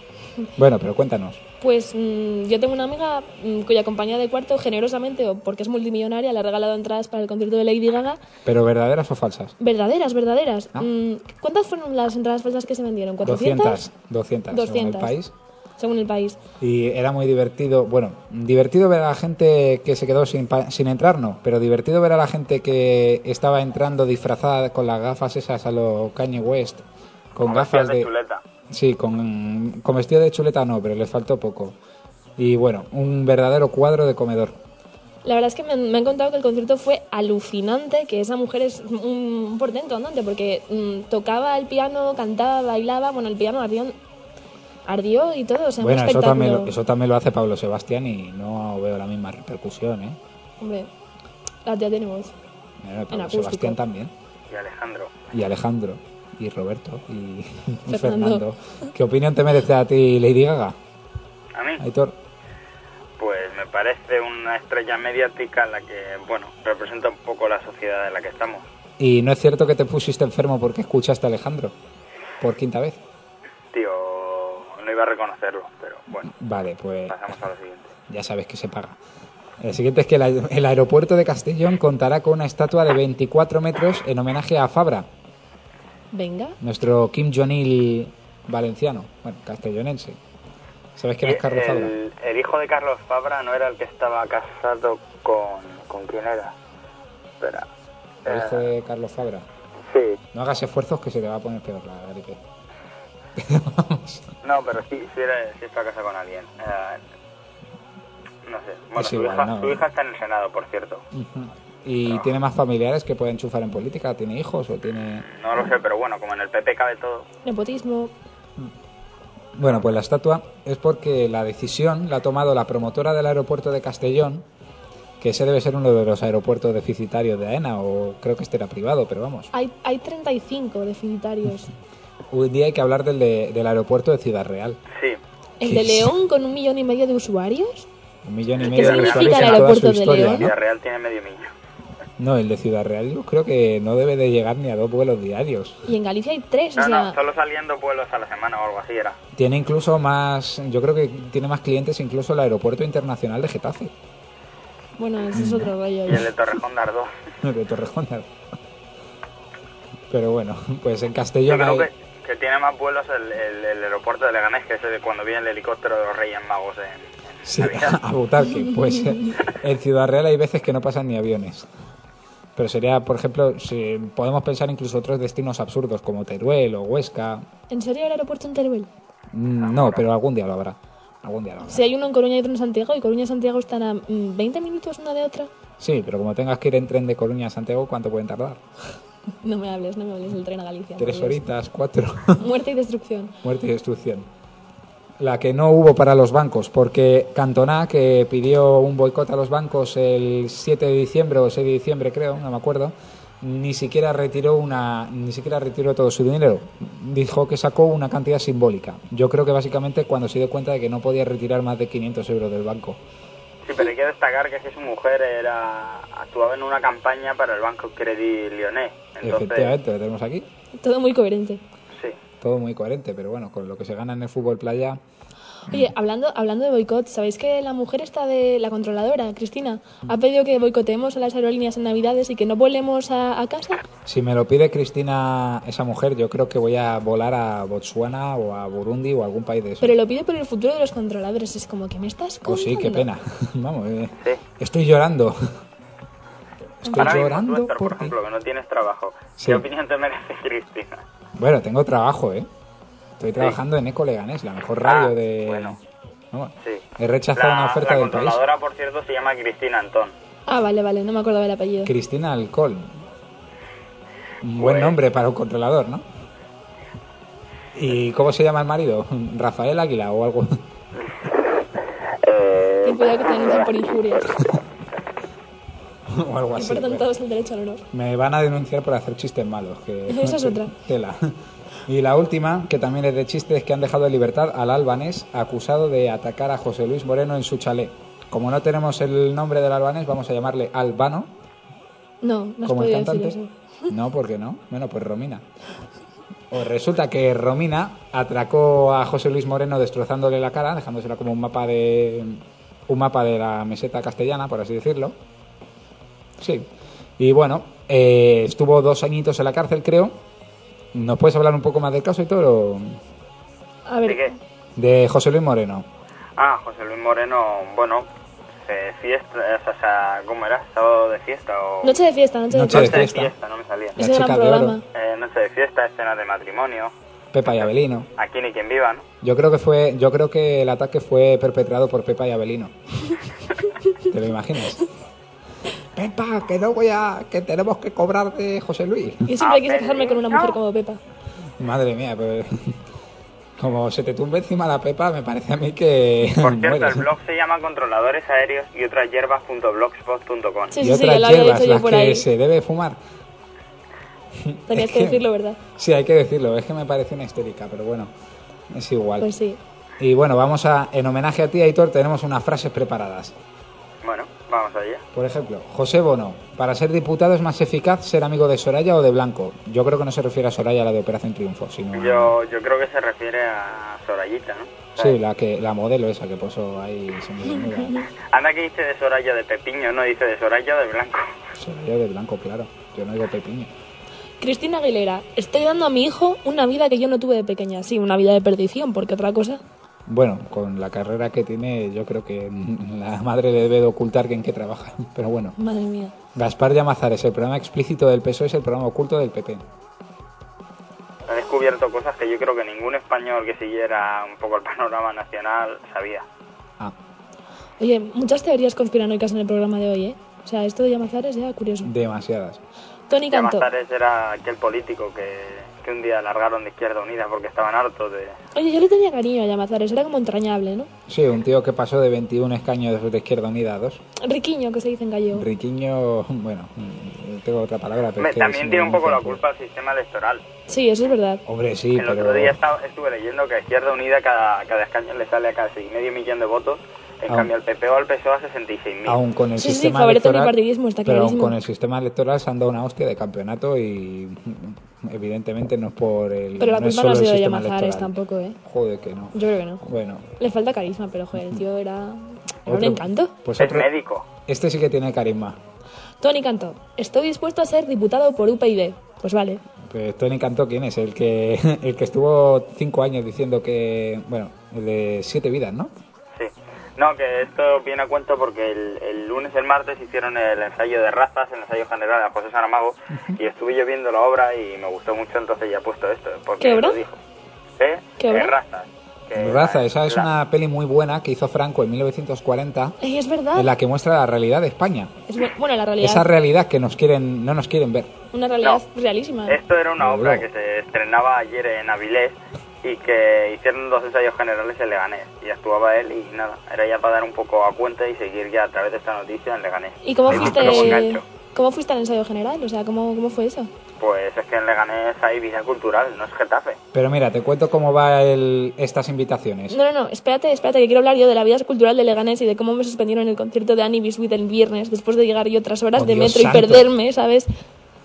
Speaker 2: Bueno, pero cuéntanos.
Speaker 3: Pues mm, yo tengo una amiga mm, cuya compañía de cuarto generosamente, o porque es multimillonaria, le ha regalado entradas para el concierto de Lady Gaga.
Speaker 2: ¿Pero verdaderas o falsas?
Speaker 3: Verdaderas, verdaderas.
Speaker 2: Ah.
Speaker 3: Mm, ¿Cuántas fueron las entradas falsas que se vendieron? ¿400?
Speaker 2: 200, 200, según el
Speaker 3: 200.
Speaker 2: país.
Speaker 3: Según el país.
Speaker 2: Y era muy divertido, bueno, divertido ver a la gente que se quedó sin, pa- sin entrar, no, pero divertido ver a la gente que estaba entrando disfrazada con las gafas esas a lo Kanye West, con
Speaker 5: Como
Speaker 2: gafas
Speaker 5: decías
Speaker 2: de...
Speaker 5: chuleta.
Speaker 2: Sí, con, con vestido de chuleta no, pero le faltó poco. Y bueno, un verdadero cuadro de comedor.
Speaker 3: La verdad es que me han, me han contado que el concierto fue alucinante, que esa mujer es un, un portento andante, porque mm, tocaba el piano, cantaba, bailaba, bueno, el piano ardió, ardió y todo, o sea,
Speaker 2: bueno,
Speaker 3: un
Speaker 2: eso
Speaker 3: espectáculo.
Speaker 2: también, lo- eso también lo hace Pablo Sebastián y no veo la misma repercusión, ¿eh?
Speaker 3: Hombre, la tía tiene voz.
Speaker 2: Bueno, Pablo
Speaker 3: acústico.
Speaker 2: Sebastián también.
Speaker 5: Y Alejandro.
Speaker 2: y Alejandro y Roberto y, y Fernando.
Speaker 3: Fernando.
Speaker 2: ¿Qué opinión te merece a ti Lady Gaga,
Speaker 5: A mí,
Speaker 2: Aitor?
Speaker 5: pues me parece una estrella mediática la que, bueno, representa un poco la sociedad en la que estamos.
Speaker 2: Y no es cierto que te pusiste enfermo porque escuchaste a Alejandro por quinta vez.
Speaker 5: Tío, no iba a reconocerlo, pero bueno,
Speaker 2: Vale, pues
Speaker 5: pasamos a lo siguiente.
Speaker 2: ya sabes que se paga. El siguiente es que el, aer- el aeropuerto de Castellón contará con una estatua de 24 metros en homenaje a Fabra,
Speaker 3: Venga,
Speaker 2: nuestro Kim Jong-il valenciano, bueno, castellonense. ¿Sabes
Speaker 5: Eh,
Speaker 2: quién es Carlos Fabra?
Speaker 5: el, el hijo de Carlos Fabra no era el que estaba casado con... ¿Con quién era? Espera.
Speaker 2: El hijo
Speaker 5: Eh,
Speaker 2: de Carlos Fabra.
Speaker 5: Sí,
Speaker 2: No hagas esfuerzos que se te va a poner peor la gripe.
Speaker 5: No, pero sí, sí, era, sí está casada con alguien. Eh, no sé. Bueno,
Speaker 2: Es
Speaker 5: su,
Speaker 2: igual,
Speaker 5: hija,
Speaker 2: no. Mm.
Speaker 5: su hija está en el Senado, por cierto.
Speaker 2: ¿Y tiene más familiares que pueden enchufar en política? ¿Tiene hijos o tiene...?
Speaker 5: No lo sé, pero bueno, como en el PP cabe todo.
Speaker 3: nepotismo.
Speaker 2: Bueno, pues la estatua es porque la decisión la ha tomado la promotora del aeropuerto de Castellón, que ese debe ser uno de los aeropuertos deficitarios de AENA, o creo que este era privado, pero vamos.
Speaker 3: Hay, hay 35 deficitarios.
Speaker 2: Un día hay que hablar del, de- del aeropuerto de Ciudad Real.
Speaker 5: Sí,
Speaker 3: ¿El de
Speaker 2: Sí.
Speaker 3: León con un millón y medio de usuarios?
Speaker 2: Un millón y
Speaker 3: ¿Qué
Speaker 2: medio de
Speaker 3: significa
Speaker 2: usuarios
Speaker 3: el
Speaker 2: en toda su
Speaker 3: aeropuerto de
Speaker 2: historia,
Speaker 3: León?
Speaker 2: ¿no?
Speaker 5: Villarreal tiene medio millón.
Speaker 2: No, el de Ciudad Real yo creo que no debe de llegar ni a dos vuelos diarios.
Speaker 3: Y en Galicia hay tres, o
Speaker 5: No,
Speaker 3: sea,
Speaker 5: no, solo saliendo vuelos a la semana o algo así era.
Speaker 2: Tiene incluso más, yo creo que tiene más clientes incluso el aeropuerto internacional de Getafe,
Speaker 3: bueno, ese es otro rollo.
Speaker 5: Y el de Torrejón Dardó.
Speaker 2: de Torrejón. Pero bueno, pues en
Speaker 5: Yo
Speaker 2: Castellón
Speaker 5: creo
Speaker 2: hay-
Speaker 5: que, que tiene más vuelos el, el- el aeropuerto de Leganés, que es el de cuando viene el helicóptero de los Reyes Magos. En...
Speaker 2: Sí, a Butarque. Pues eh, en Ciudad Real hay veces que no pasan ni aviones. Pero sería, por ejemplo, si podemos pensar incluso otros destinos absurdos como Teruel o Huesca.
Speaker 3: ¿En serio el aeropuerto en Teruel?
Speaker 2: Mm, No, pero algún día lo habrá. Algún día lo habrá.
Speaker 3: Si hay uno en Coruña y otro en Santiago, y Coruña y Santiago están a mm, 20 minutos una de otra.
Speaker 2: Sí, pero como tengas que ir en tren de Coruña a Santiago, ¿cuánto pueden tardar?
Speaker 3: No me hables, no me hables del tren a Galicia. por
Speaker 2: Tres
Speaker 3: Oh, Dios.
Speaker 2: horitas, cuatro.
Speaker 3: Muerte y destrucción.
Speaker 2: Muerte y destrucción. La que no hubo para los bancos, porque Cantona, que pidió un boicot a los bancos el 7 de diciembre o 6 de diciembre, creo, no me acuerdo, ni siquiera retiró una ni siquiera retiró todo su dinero. Dijo que sacó una cantidad simbólica. Yo creo que básicamente cuando se dio cuenta de que no podía retirar más de 500 euros del banco.
Speaker 5: Sí, pero hay que destacar que es que su mujer era actuaba en una campaña para el Banco Credit Lyonnais. Entonces,
Speaker 2: Efectivamente, lo tenemos aquí.
Speaker 3: Todo muy coherente.
Speaker 5: sí.
Speaker 2: Todo muy coherente, pero bueno, con lo que se gana en el fútbol playa,
Speaker 3: Oye, hablando, hablando de boicot, ¿sabéis que la mujer está de la controladora, Cristina? Ha pedido que boicoteemos a las aerolíneas en Navidades y que no volemos a, a casa.
Speaker 2: Si me lo pide Cristina, esa mujer, yo creo que voy a volar a Botsuana o a Burundi o a algún país de eso.
Speaker 3: Pero lo pide por el futuro de los controladores. Es como que me estás contando.
Speaker 2: Pues sí, qué pena. Vamos, eh,
Speaker 5: Sí.
Speaker 2: estoy llorando. Estoy
Speaker 5: Ahora mismo tú,
Speaker 2: llorando
Speaker 5: Héctor, por
Speaker 2: por ti.
Speaker 5: ejemplo, que no tienes trabajo.
Speaker 2: Sí.
Speaker 5: ¿Qué opinión te merece Cristina?
Speaker 2: Bueno, tengo trabajo, ¿eh? Estoy trabajando en Eco Leganés, la mejor radio
Speaker 5: Ah,
Speaker 2: de...
Speaker 5: bueno.
Speaker 2: No,
Speaker 5: Sí.
Speaker 2: He rechazado
Speaker 5: La-
Speaker 2: una oferta
Speaker 5: la
Speaker 2: del país.
Speaker 5: controladora, por cierto, se llama Cristina Antón.
Speaker 3: Ah, vale, vale, no me acordaba el apellido.
Speaker 2: Cristina Alcohol. Un
Speaker 5: Pues-
Speaker 2: buen nombre para un controlador, ¿no? ¿Y cómo se llama el marido? ¿Rafael Águila o algo?
Speaker 3: Ten cuidado pues que te
Speaker 5: Eh,
Speaker 3: denuncian por injurias.
Speaker 2: o algo
Speaker 3: Que
Speaker 2: así.
Speaker 3: pierdan
Speaker 2: pero-
Speaker 3: todos el derecho al honor.
Speaker 2: Me van a denunciar por hacer chistes malos. Que
Speaker 3: Esa es otra.
Speaker 2: Tela. Y la última, que también es de chistes, que han dejado en libertad al albanés acusado de atacar a José Luis Moreno en su chalet. Como no tenemos el nombre del albanés, vamos a llamarle Albano,
Speaker 3: No, no has
Speaker 2: como el
Speaker 3: podido decir
Speaker 2: cantante.
Speaker 3: eso.
Speaker 2: No, ¿por qué no? Bueno, pues Romina. Pues resulta que Romina atracó a José Luis Moreno destrozándole la cara, dejándosela como un mapa de un mapa de la meseta castellana, por así decirlo. Sí. Y bueno, eh, estuvo dos añitos en la cárcel, creo. ¿Nos puedes hablar un poco más del caso y todo?
Speaker 3: A
Speaker 5: ¿De qué?
Speaker 3: ver,
Speaker 2: De José Luis Moreno.
Speaker 5: Ah, José Luis Moreno, bueno, eh, fiesta, eh, o sea, ¿cómo era? ¿Sábado de fiesta o...?
Speaker 3: noche de fiesta, noche de
Speaker 2: Noche
Speaker 3: fiesta.
Speaker 2: de
Speaker 5: Noche
Speaker 2: fiesta.
Speaker 5: de fiesta, no me salía.
Speaker 2: La
Speaker 3: Ese gran
Speaker 2: chica de oro.
Speaker 3: programa.
Speaker 5: Eh, noche de fiesta, escenas de matrimonio,
Speaker 2: Pepa y Abelino.
Speaker 5: aquí ni quien viva, ¿no?
Speaker 2: Yo creo que fue, yo creo que el ataque fue perpetrado por Pepa y Abelino. ¿Te lo imaginas? Pepa, que no voy a, que tenemos que cobrar de José Luis.
Speaker 3: Yo siempre
Speaker 5: Ah,
Speaker 3: quise casarme con una mujer
Speaker 5: no.
Speaker 3: como Pepa.
Speaker 2: Madre mía, pues, como se te tumbe encima la Pepa, me parece a mí que
Speaker 5: Por cierto, el
Speaker 2: mueres. ¿eh?
Speaker 5: blog se llama Controladores Aéreos y otras hierbas.blogspot.com.
Speaker 3: Sí,
Speaker 2: Y
Speaker 3: sí, sí,
Speaker 2: otras
Speaker 3: ya lo había
Speaker 2: hierbas,
Speaker 3: dicho yo
Speaker 2: las
Speaker 3: por
Speaker 2: que
Speaker 3: ahí.
Speaker 2: se debe fumar.
Speaker 3: Tenías
Speaker 2: Es
Speaker 3: que
Speaker 2: que-
Speaker 3: decirlo, ¿verdad?
Speaker 2: Sí, hay que decirlo. Es que me parece una histérica, pero bueno, es igual.
Speaker 3: Pues sí.
Speaker 2: Y bueno, vamos a, en homenaje a ti, Aitor, tenemos unas frases preparadas.
Speaker 5: Bueno, vamos allá.
Speaker 2: Por ejemplo, José Bono, para ser diputado es más eficaz ser amigo de Soraya o de Blanco. Yo creo que no se refiere a Soraya, la de Operación Triunfo, sino a-
Speaker 5: Yo, yo creo que se refiere a Sorayita, ¿no? O sea,
Speaker 2: Sí, la, que, la modelo esa que puso ahí. se me olvida.
Speaker 5: Anda que dice de Soraya de Pepiño, no dice de Soraya de Blanco.
Speaker 2: Soraya de Blanco, claro. Yo no digo Pepiño.
Speaker 3: Cristina Aguilera, estoy dando a mi hijo una vida que yo no tuve de pequeña. Sí, una vida de perdición, porque otra cosa.
Speaker 2: Bueno, con la carrera que tiene, yo creo que mm, la madre le debe de ocultar que en qué trabaja. Pero bueno.
Speaker 3: Madre mía.
Speaker 2: Gaspar Llamazares, el programa explícito del PSOE E, es el programa oculto del PP.
Speaker 5: Ha descubierto cosas que yo creo que ningún español que siguiera un poco el panorama nacional sabía.
Speaker 2: Ah,
Speaker 3: Oye, muchas teorías conspiranoicas en el programa de hoy, ¿eh? O sea, esto de Llamazares ya curioso.
Speaker 2: demasiadas.
Speaker 3: Tony Cantó.
Speaker 5: Llamazares era aquel político que, que un día largaron de Izquierda Unida porque estaban hartos de...
Speaker 3: Oye, yo le tenía cariño a Llamazares, era como entrañable, ¿no?
Speaker 2: Sí, un tío que pasó de 21 escaños de Izquierda Unida a 2.
Speaker 3: Riquiño, que se dice en gallego.
Speaker 2: Riquiño, bueno, mm, tengo otra palabra, pero
Speaker 5: Me-
Speaker 2: es que
Speaker 5: también
Speaker 2: si
Speaker 5: tiene
Speaker 2: no,
Speaker 5: un poco
Speaker 2: no
Speaker 5: la
Speaker 2: sé.
Speaker 5: culpa el sistema electoral.
Speaker 3: Sí, eso es verdad.
Speaker 2: Hombre, sí,
Speaker 5: el
Speaker 2: pero
Speaker 5: otro día estaba- estuve leyendo que a Izquierda Unida cada, cada escaño le sale a casi medio millón de votos En cambio, el PP o el PSOE a 66.000.
Speaker 2: Aún con el
Speaker 3: Sí, sí,
Speaker 2: sistema
Speaker 3: favorece el
Speaker 2: electoral,
Speaker 3: bipartidismo, está
Speaker 2: pero aún
Speaker 3: clarísimo.
Speaker 2: con el sistema electoral se han dado una hostia de campeonato y evidentemente no es por el
Speaker 3: Pero la
Speaker 2: no es
Speaker 3: culpa
Speaker 2: solo
Speaker 3: no ha
Speaker 2: el
Speaker 3: sido de
Speaker 2: sistema
Speaker 3: Yamazares
Speaker 2: electoral.
Speaker 3: tampoco, ¿eh?
Speaker 2: Joder que no.
Speaker 3: Yo creo que no.
Speaker 2: Bueno,
Speaker 3: Le falta carisma, pero joder, el tío era, era un
Speaker 2: otro-
Speaker 3: encanto.
Speaker 2: Pues
Speaker 5: Es
Speaker 2: otro,
Speaker 5: médico.
Speaker 2: este sí que tiene carisma.
Speaker 3: Tony Cantó, estoy dispuesto a ser diputado por UPyD. Pues vale.
Speaker 2: Pues Tony Cantó, ¿quién es? El que, el que estuvo cinco años diciendo que. Bueno, el de siete vidas, ¿no?
Speaker 5: Sí. No, que esto viene a cuento porque el, el lunes y el martes hicieron el ensayo de razas, el ensayo general a José Saramago, y estuve yo viendo la obra y me gustó mucho, entonces ya he puesto esto. Porque
Speaker 3: ¿Qué obra?
Speaker 5: Lo dijo. ¿Eh?
Speaker 3: ¿Qué
Speaker 5: Eh,
Speaker 3: obra?
Speaker 5: razas. Que
Speaker 2: Raza,
Speaker 5: la-
Speaker 2: esa es
Speaker 5: la-
Speaker 2: una peli muy buena que hizo Franco en 1940,
Speaker 3: Ey, es
Speaker 5: ¿Ah?
Speaker 3: verdad.
Speaker 2: en la que muestra la realidad de España.
Speaker 3: Es bu- bueno, la realidad.
Speaker 2: Esa realidad que nos quieren, no nos quieren ver.
Speaker 3: Una realidad
Speaker 5: No.
Speaker 3: realísima.
Speaker 2: Eh,
Speaker 5: Esto era una
Speaker 2: Desde
Speaker 5: obra
Speaker 2: luego.
Speaker 5: que se estrenaba ayer en Avilés y que hicieron dos ensayos generales en Leganés y actuaba él y nada, era ya para dar un poco a cuenta y seguir ya a través de esta noticia en Leganés.
Speaker 3: ¿Y cómo
Speaker 5: Me gustó como
Speaker 3: fuiste,
Speaker 5: engancho.
Speaker 3: cómo fuiste al ensayo general? O sea, ¿cómo, cómo fue eso?
Speaker 5: Pues es que en Leganés hay vida cultural, no es Getafe.
Speaker 2: Pero mira, te cuento cómo va el- estas invitaciones.
Speaker 3: No, no, no, espérate, espérate, que quiero hablar yo de la vida cultural de Leganés y de cómo me suspendieron el concierto de Annie Biscuit el viernes después de llegar yo tras horas
Speaker 2: Oh,
Speaker 3: de
Speaker 2: Dios
Speaker 3: metro
Speaker 2: santo.
Speaker 3: y perderme, ¿sabes?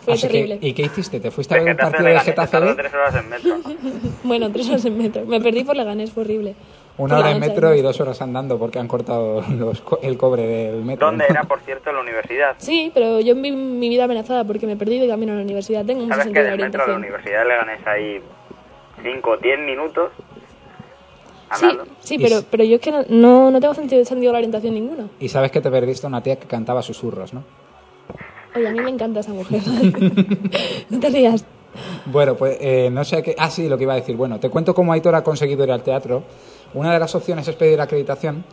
Speaker 3: Fue
Speaker 2: Así que,
Speaker 3: terrible.
Speaker 2: ¿Y qué hiciste? ¿Te fuiste a
Speaker 5: De
Speaker 2: ver un
Speaker 5: Getafe a
Speaker 2: partido de
Speaker 5: Leganés, te
Speaker 2: Getafe
Speaker 5: tardo
Speaker 2: B?
Speaker 5: tres horas en metro.
Speaker 3: Bueno, tres horas en metro. Me perdí por Leganés, fue horrible.
Speaker 2: Una
Speaker 3: Por la
Speaker 2: hora en
Speaker 3: noche,
Speaker 2: metro y
Speaker 3: además.
Speaker 2: dos horas andando porque han cortado los co- el cobre del metro.
Speaker 5: ¿Dónde
Speaker 2: ¿no?
Speaker 5: era, por cierto, la universidad?
Speaker 3: Sí, pero yo vi mi vida amenazada porque me perdí de camino a la universidad. Tengo mucho
Speaker 5: ¿Sabes que
Speaker 3: sentido de
Speaker 5: del metro a la
Speaker 3: orientación.
Speaker 5: universidad de Leganés hay 5 o 10 minutos?
Speaker 3: Sí,
Speaker 5: Andando.
Speaker 3: sí,
Speaker 2: Y
Speaker 3: pero,
Speaker 2: si-
Speaker 3: pero yo es que no- no, no tengo sentido, sentido de la orientación ninguno.
Speaker 2: Y sabes que te perdiste una tía que cantaba susurros, ¿no?
Speaker 3: Oye, a mí me encanta esa mujer. no te rías.
Speaker 2: Bueno, pues eh, no sé qué. Ah, sí, lo que iba a decir. Bueno, te cuento cómo Aitor ha conseguido ir al teatro. Una de las opciones es pedir acreditación,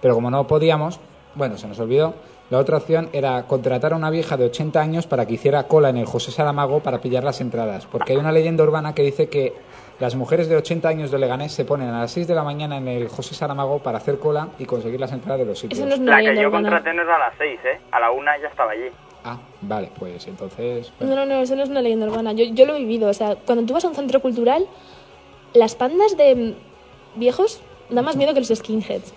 Speaker 2: pero como no podíamos, bueno, se nos olvidó. La otra opción era contratar a una vieja de 80 años para que hiciera cola en el José Saramago para pillar las entradas, porque hay una leyenda urbana que dice que las mujeres de 80 años de Leganés se ponen a las 6 de la mañana en el José Saramago para hacer cola y conseguir las entradas de los sitios.
Speaker 3: Eso no es una
Speaker 5: La que
Speaker 3: leyenda
Speaker 5: yo
Speaker 3: urbana.
Speaker 5: contraté no era a las 6, ¿eh? A la 1 ya estaba allí.
Speaker 2: Ah, vale, pues entonces...
Speaker 3: No, no, no, eso no es una leyenda urbana. Yo, yo lo he vivido. O sea, cuando tú vas a un centro cultural, las pandas de mm, viejos da más miedo que los skinheads.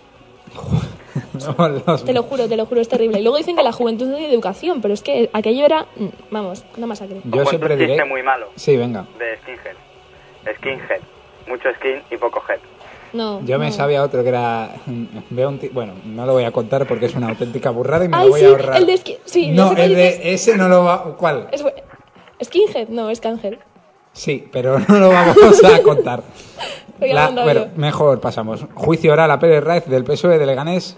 Speaker 2: Son los-
Speaker 3: Te lo juro, te lo juro, es terrible. Y luego dicen que la juventud no tiene educación, pero es que aquello era, mm, vamos, una masacre.
Speaker 2: Yo
Speaker 5: Os cuento
Speaker 2: siempre
Speaker 5: un chiste
Speaker 2: diré...
Speaker 5: Pues muy malo
Speaker 2: Sí, venga.
Speaker 5: de skinhead. Skinhead. Mucho skin y poco head.
Speaker 3: No.
Speaker 2: Yo me
Speaker 3: no.
Speaker 2: sabía otro que era. Veo un ti- Bueno, no lo voy a contar porque es una auténtica burrada y me
Speaker 3: Ay,
Speaker 2: lo voy
Speaker 3: sí,
Speaker 2: a ahorrar.
Speaker 3: el de esqui- sí, ya
Speaker 2: no,
Speaker 3: sé cuál
Speaker 2: el
Speaker 3: dices.
Speaker 2: de ese no lo va. ¿Cuál?
Speaker 3: Es bu- skinhead, no, es cángel.
Speaker 2: Sí, pero no lo vamos a contar.
Speaker 3: Lo había
Speaker 2: La-
Speaker 3: mandado
Speaker 2: bueno,
Speaker 3: yo.
Speaker 2: mejor pasamos. Juicio oral a Pérez Raez del PSOE E de Leganés.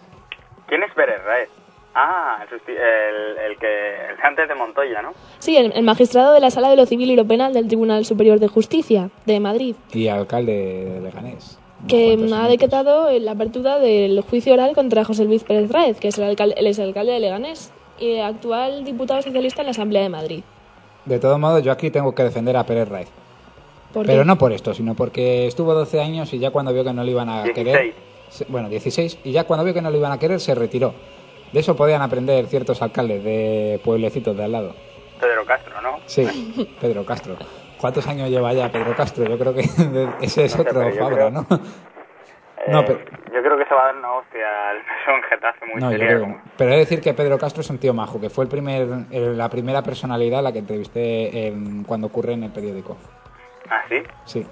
Speaker 5: ¿Quién es Pérez Raez? Ah, el, susti- el- el que el de antes de Montoya, ¿no?
Speaker 3: Sí, el, el magistrado de la Sala de lo Civil y lo Penal del Tribunal Superior de Justicia de Madrid,
Speaker 2: Y alcalde de Leganés. Unos
Speaker 3: que
Speaker 2: cuantos
Speaker 3: ha
Speaker 2: añitos.
Speaker 3: decretado la apertura del juicio oral contra José Luis Pérez Raez, que es el alcalde, él es el alcalde de Leganés y actual diputado socialista en la Asamblea de Madrid.
Speaker 2: De todo modo, yo aquí tengo que defender a Pérez Raez.
Speaker 3: ¿Por
Speaker 2: Pero
Speaker 3: qué?
Speaker 2: no por esto, sino porque estuvo 12 años y ya cuando vio que no le iban a
Speaker 5: 16.
Speaker 2: querer. se- Bueno, 16. Y ya cuando vio que no le iban a querer, se retiró. De eso podían aprender ciertos alcaldes de pueblecitos de al lado.
Speaker 5: Pedro Castro, ¿no?
Speaker 2: Sí, Pedro Castro. ¿Cuántos años lleva ya Pedro Castro? Yo creo que ese es
Speaker 5: No sé,
Speaker 2: otro
Speaker 5: pero yo
Speaker 2: Fabra,
Speaker 5: creo-
Speaker 2: ¿no?
Speaker 5: Eh,
Speaker 2: No, pero-
Speaker 5: Yo creo que se va a dar una hostia al PSOE en Getafe muy
Speaker 2: No, yo
Speaker 5: seria,
Speaker 2: creo que
Speaker 5: como-
Speaker 2: no. Pero he de decir que Pedro Castro es un tío majo, que fue el primer, el- la primera personalidad a la que entrevisté en- cuando ocurre en el periódico.
Speaker 5: ¿Ah, sí?
Speaker 2: Sí.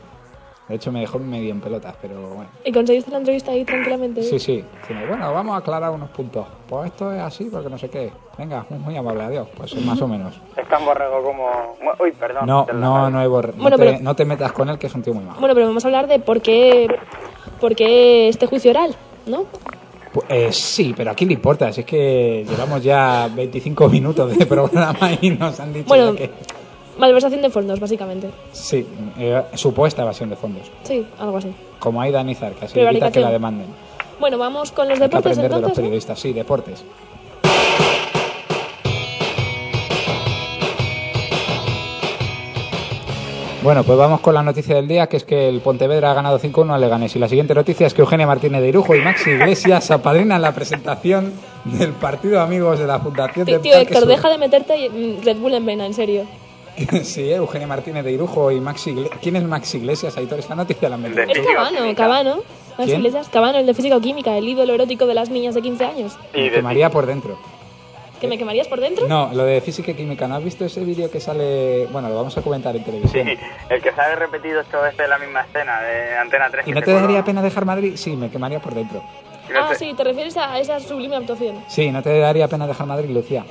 Speaker 2: De hecho, me dejó medio en pelotas, pero bueno.
Speaker 3: ¿Y conseguiste la entrevista ahí tranquilamente?
Speaker 2: Sí, sí. Diciendo, bueno, vamos a aclarar unos puntos. Pues esto es así porque no sé qué. Venga, muy amable, adiós. Pues más o menos.
Speaker 5: Es tan borrego como... Uy, perdón.
Speaker 2: No,
Speaker 5: te la
Speaker 2: no,
Speaker 5: radio.
Speaker 2: no, hay borre- no,
Speaker 3: Bueno,
Speaker 2: te,
Speaker 3: pero-
Speaker 2: no te metas con él, que es un tío muy majo.
Speaker 3: Bueno, pero vamos a hablar de por qué, por qué este juicio oral, ¿no?
Speaker 2: Pues, eh, sí, pero aquí le importa, si es que llevamos ya 25 minutos de programa y nos han dicho
Speaker 3: Bueno,
Speaker 2: ya que...
Speaker 3: malversación de fondos, básicamente.
Speaker 2: Sí, eh, supuesta evasión de fondos,
Speaker 3: Sí, algo así.
Speaker 2: como hay Danizar, que así evita que
Speaker 3: Prevaricación.
Speaker 2: la demanden.
Speaker 3: Bueno, vamos con los
Speaker 2: Hay que
Speaker 3: deportes
Speaker 2: aprender de los
Speaker 3: entonces. ¿eh? ¿no?
Speaker 2: periodistas, sí, deportes. Bueno, pues vamos con la noticia del día, que es que el Pontevedra ha ganado 5-1 al Leganés. Y la siguiente noticia es que Eugenia Martínez de Irujo y Maxi Iglesias apadrinan la presentación del partido Amigos de la Fundación
Speaker 3: Tío,
Speaker 2: de
Speaker 3: tío, Héctor, deja de meterte mm, Red Bull en vena, en serio.
Speaker 2: Sí, eh, Eugenia Martínez de Irujo y Maxi Iglesias. ¿Quién es Maxi Iglesias, Aitor? Esta noticia la han metido.
Speaker 5: De-
Speaker 3: Es
Speaker 5: Sí,
Speaker 3: Cabano,
Speaker 5: química.
Speaker 3: Cabano. Max Iglesias, Cabano, el de físico-química, el ídolo erótico de las niñas de 15 años.
Speaker 5: Y
Speaker 2: Me
Speaker 5: de
Speaker 2: quemaría por dentro.
Speaker 3: ¿Que me quemarías por dentro?
Speaker 2: No, lo de física y química. ¿No has visto ese vídeo que sale? Bueno, lo vamos a comentar en
Speaker 5: Sí,
Speaker 2: televisión.
Speaker 5: el que sale repetido ocho veces la misma escena de Antena 3.
Speaker 2: ¿Y
Speaker 5: que
Speaker 2: no
Speaker 5: se
Speaker 2: te
Speaker 5: coló.
Speaker 2: daría pena dejar Madrid? Sí, me quemaría por dentro.
Speaker 5: Y no
Speaker 3: Ah,
Speaker 5: te-
Speaker 3: sí, te refieres a esa sublime actuación.
Speaker 2: Sí, no te daría pena dejar Madrid, Lucía.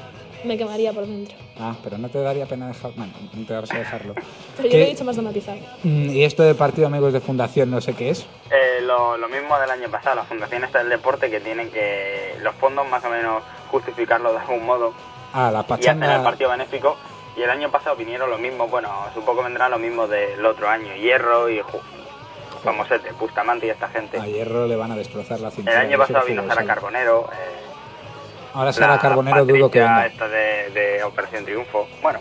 Speaker 3: Me quemaría por dentro.
Speaker 2: Ah, pero no te daría pena dejar. Bueno, no te vas a dejarlo.
Speaker 3: Pero yo
Speaker 2: ¿Qué?
Speaker 3: lo he dicho más dramatizado.
Speaker 2: Mm, Y esto de partido amigos de fundación, no sé qué es.
Speaker 5: Eh, lo, lo mismo del año pasado, la Fundación está del Deporte que tienen que los fondos más o menos justificarlo de algún modo
Speaker 2: Ah, la
Speaker 5: y hacen el
Speaker 2: pachanga.
Speaker 5: partido benéfico. Y el año pasado vinieron los mismos, bueno, supongo que vendrán los mismos del otro año, Hierro y Ju- Famosete, Bustamante y esta gente.
Speaker 2: A Hierro le van a destrozar la
Speaker 5: El
Speaker 2: cintura.
Speaker 5: año
Speaker 2: no sé
Speaker 5: pasado
Speaker 2: qué
Speaker 5: vino
Speaker 2: fútbol
Speaker 5: Sara
Speaker 2: sale.
Speaker 5: Carbonero, eh,
Speaker 2: Ahora Sara Carbonero
Speaker 5: Patricia
Speaker 2: dudo que venga.
Speaker 5: esta de, de Operación Triunfo. Bueno,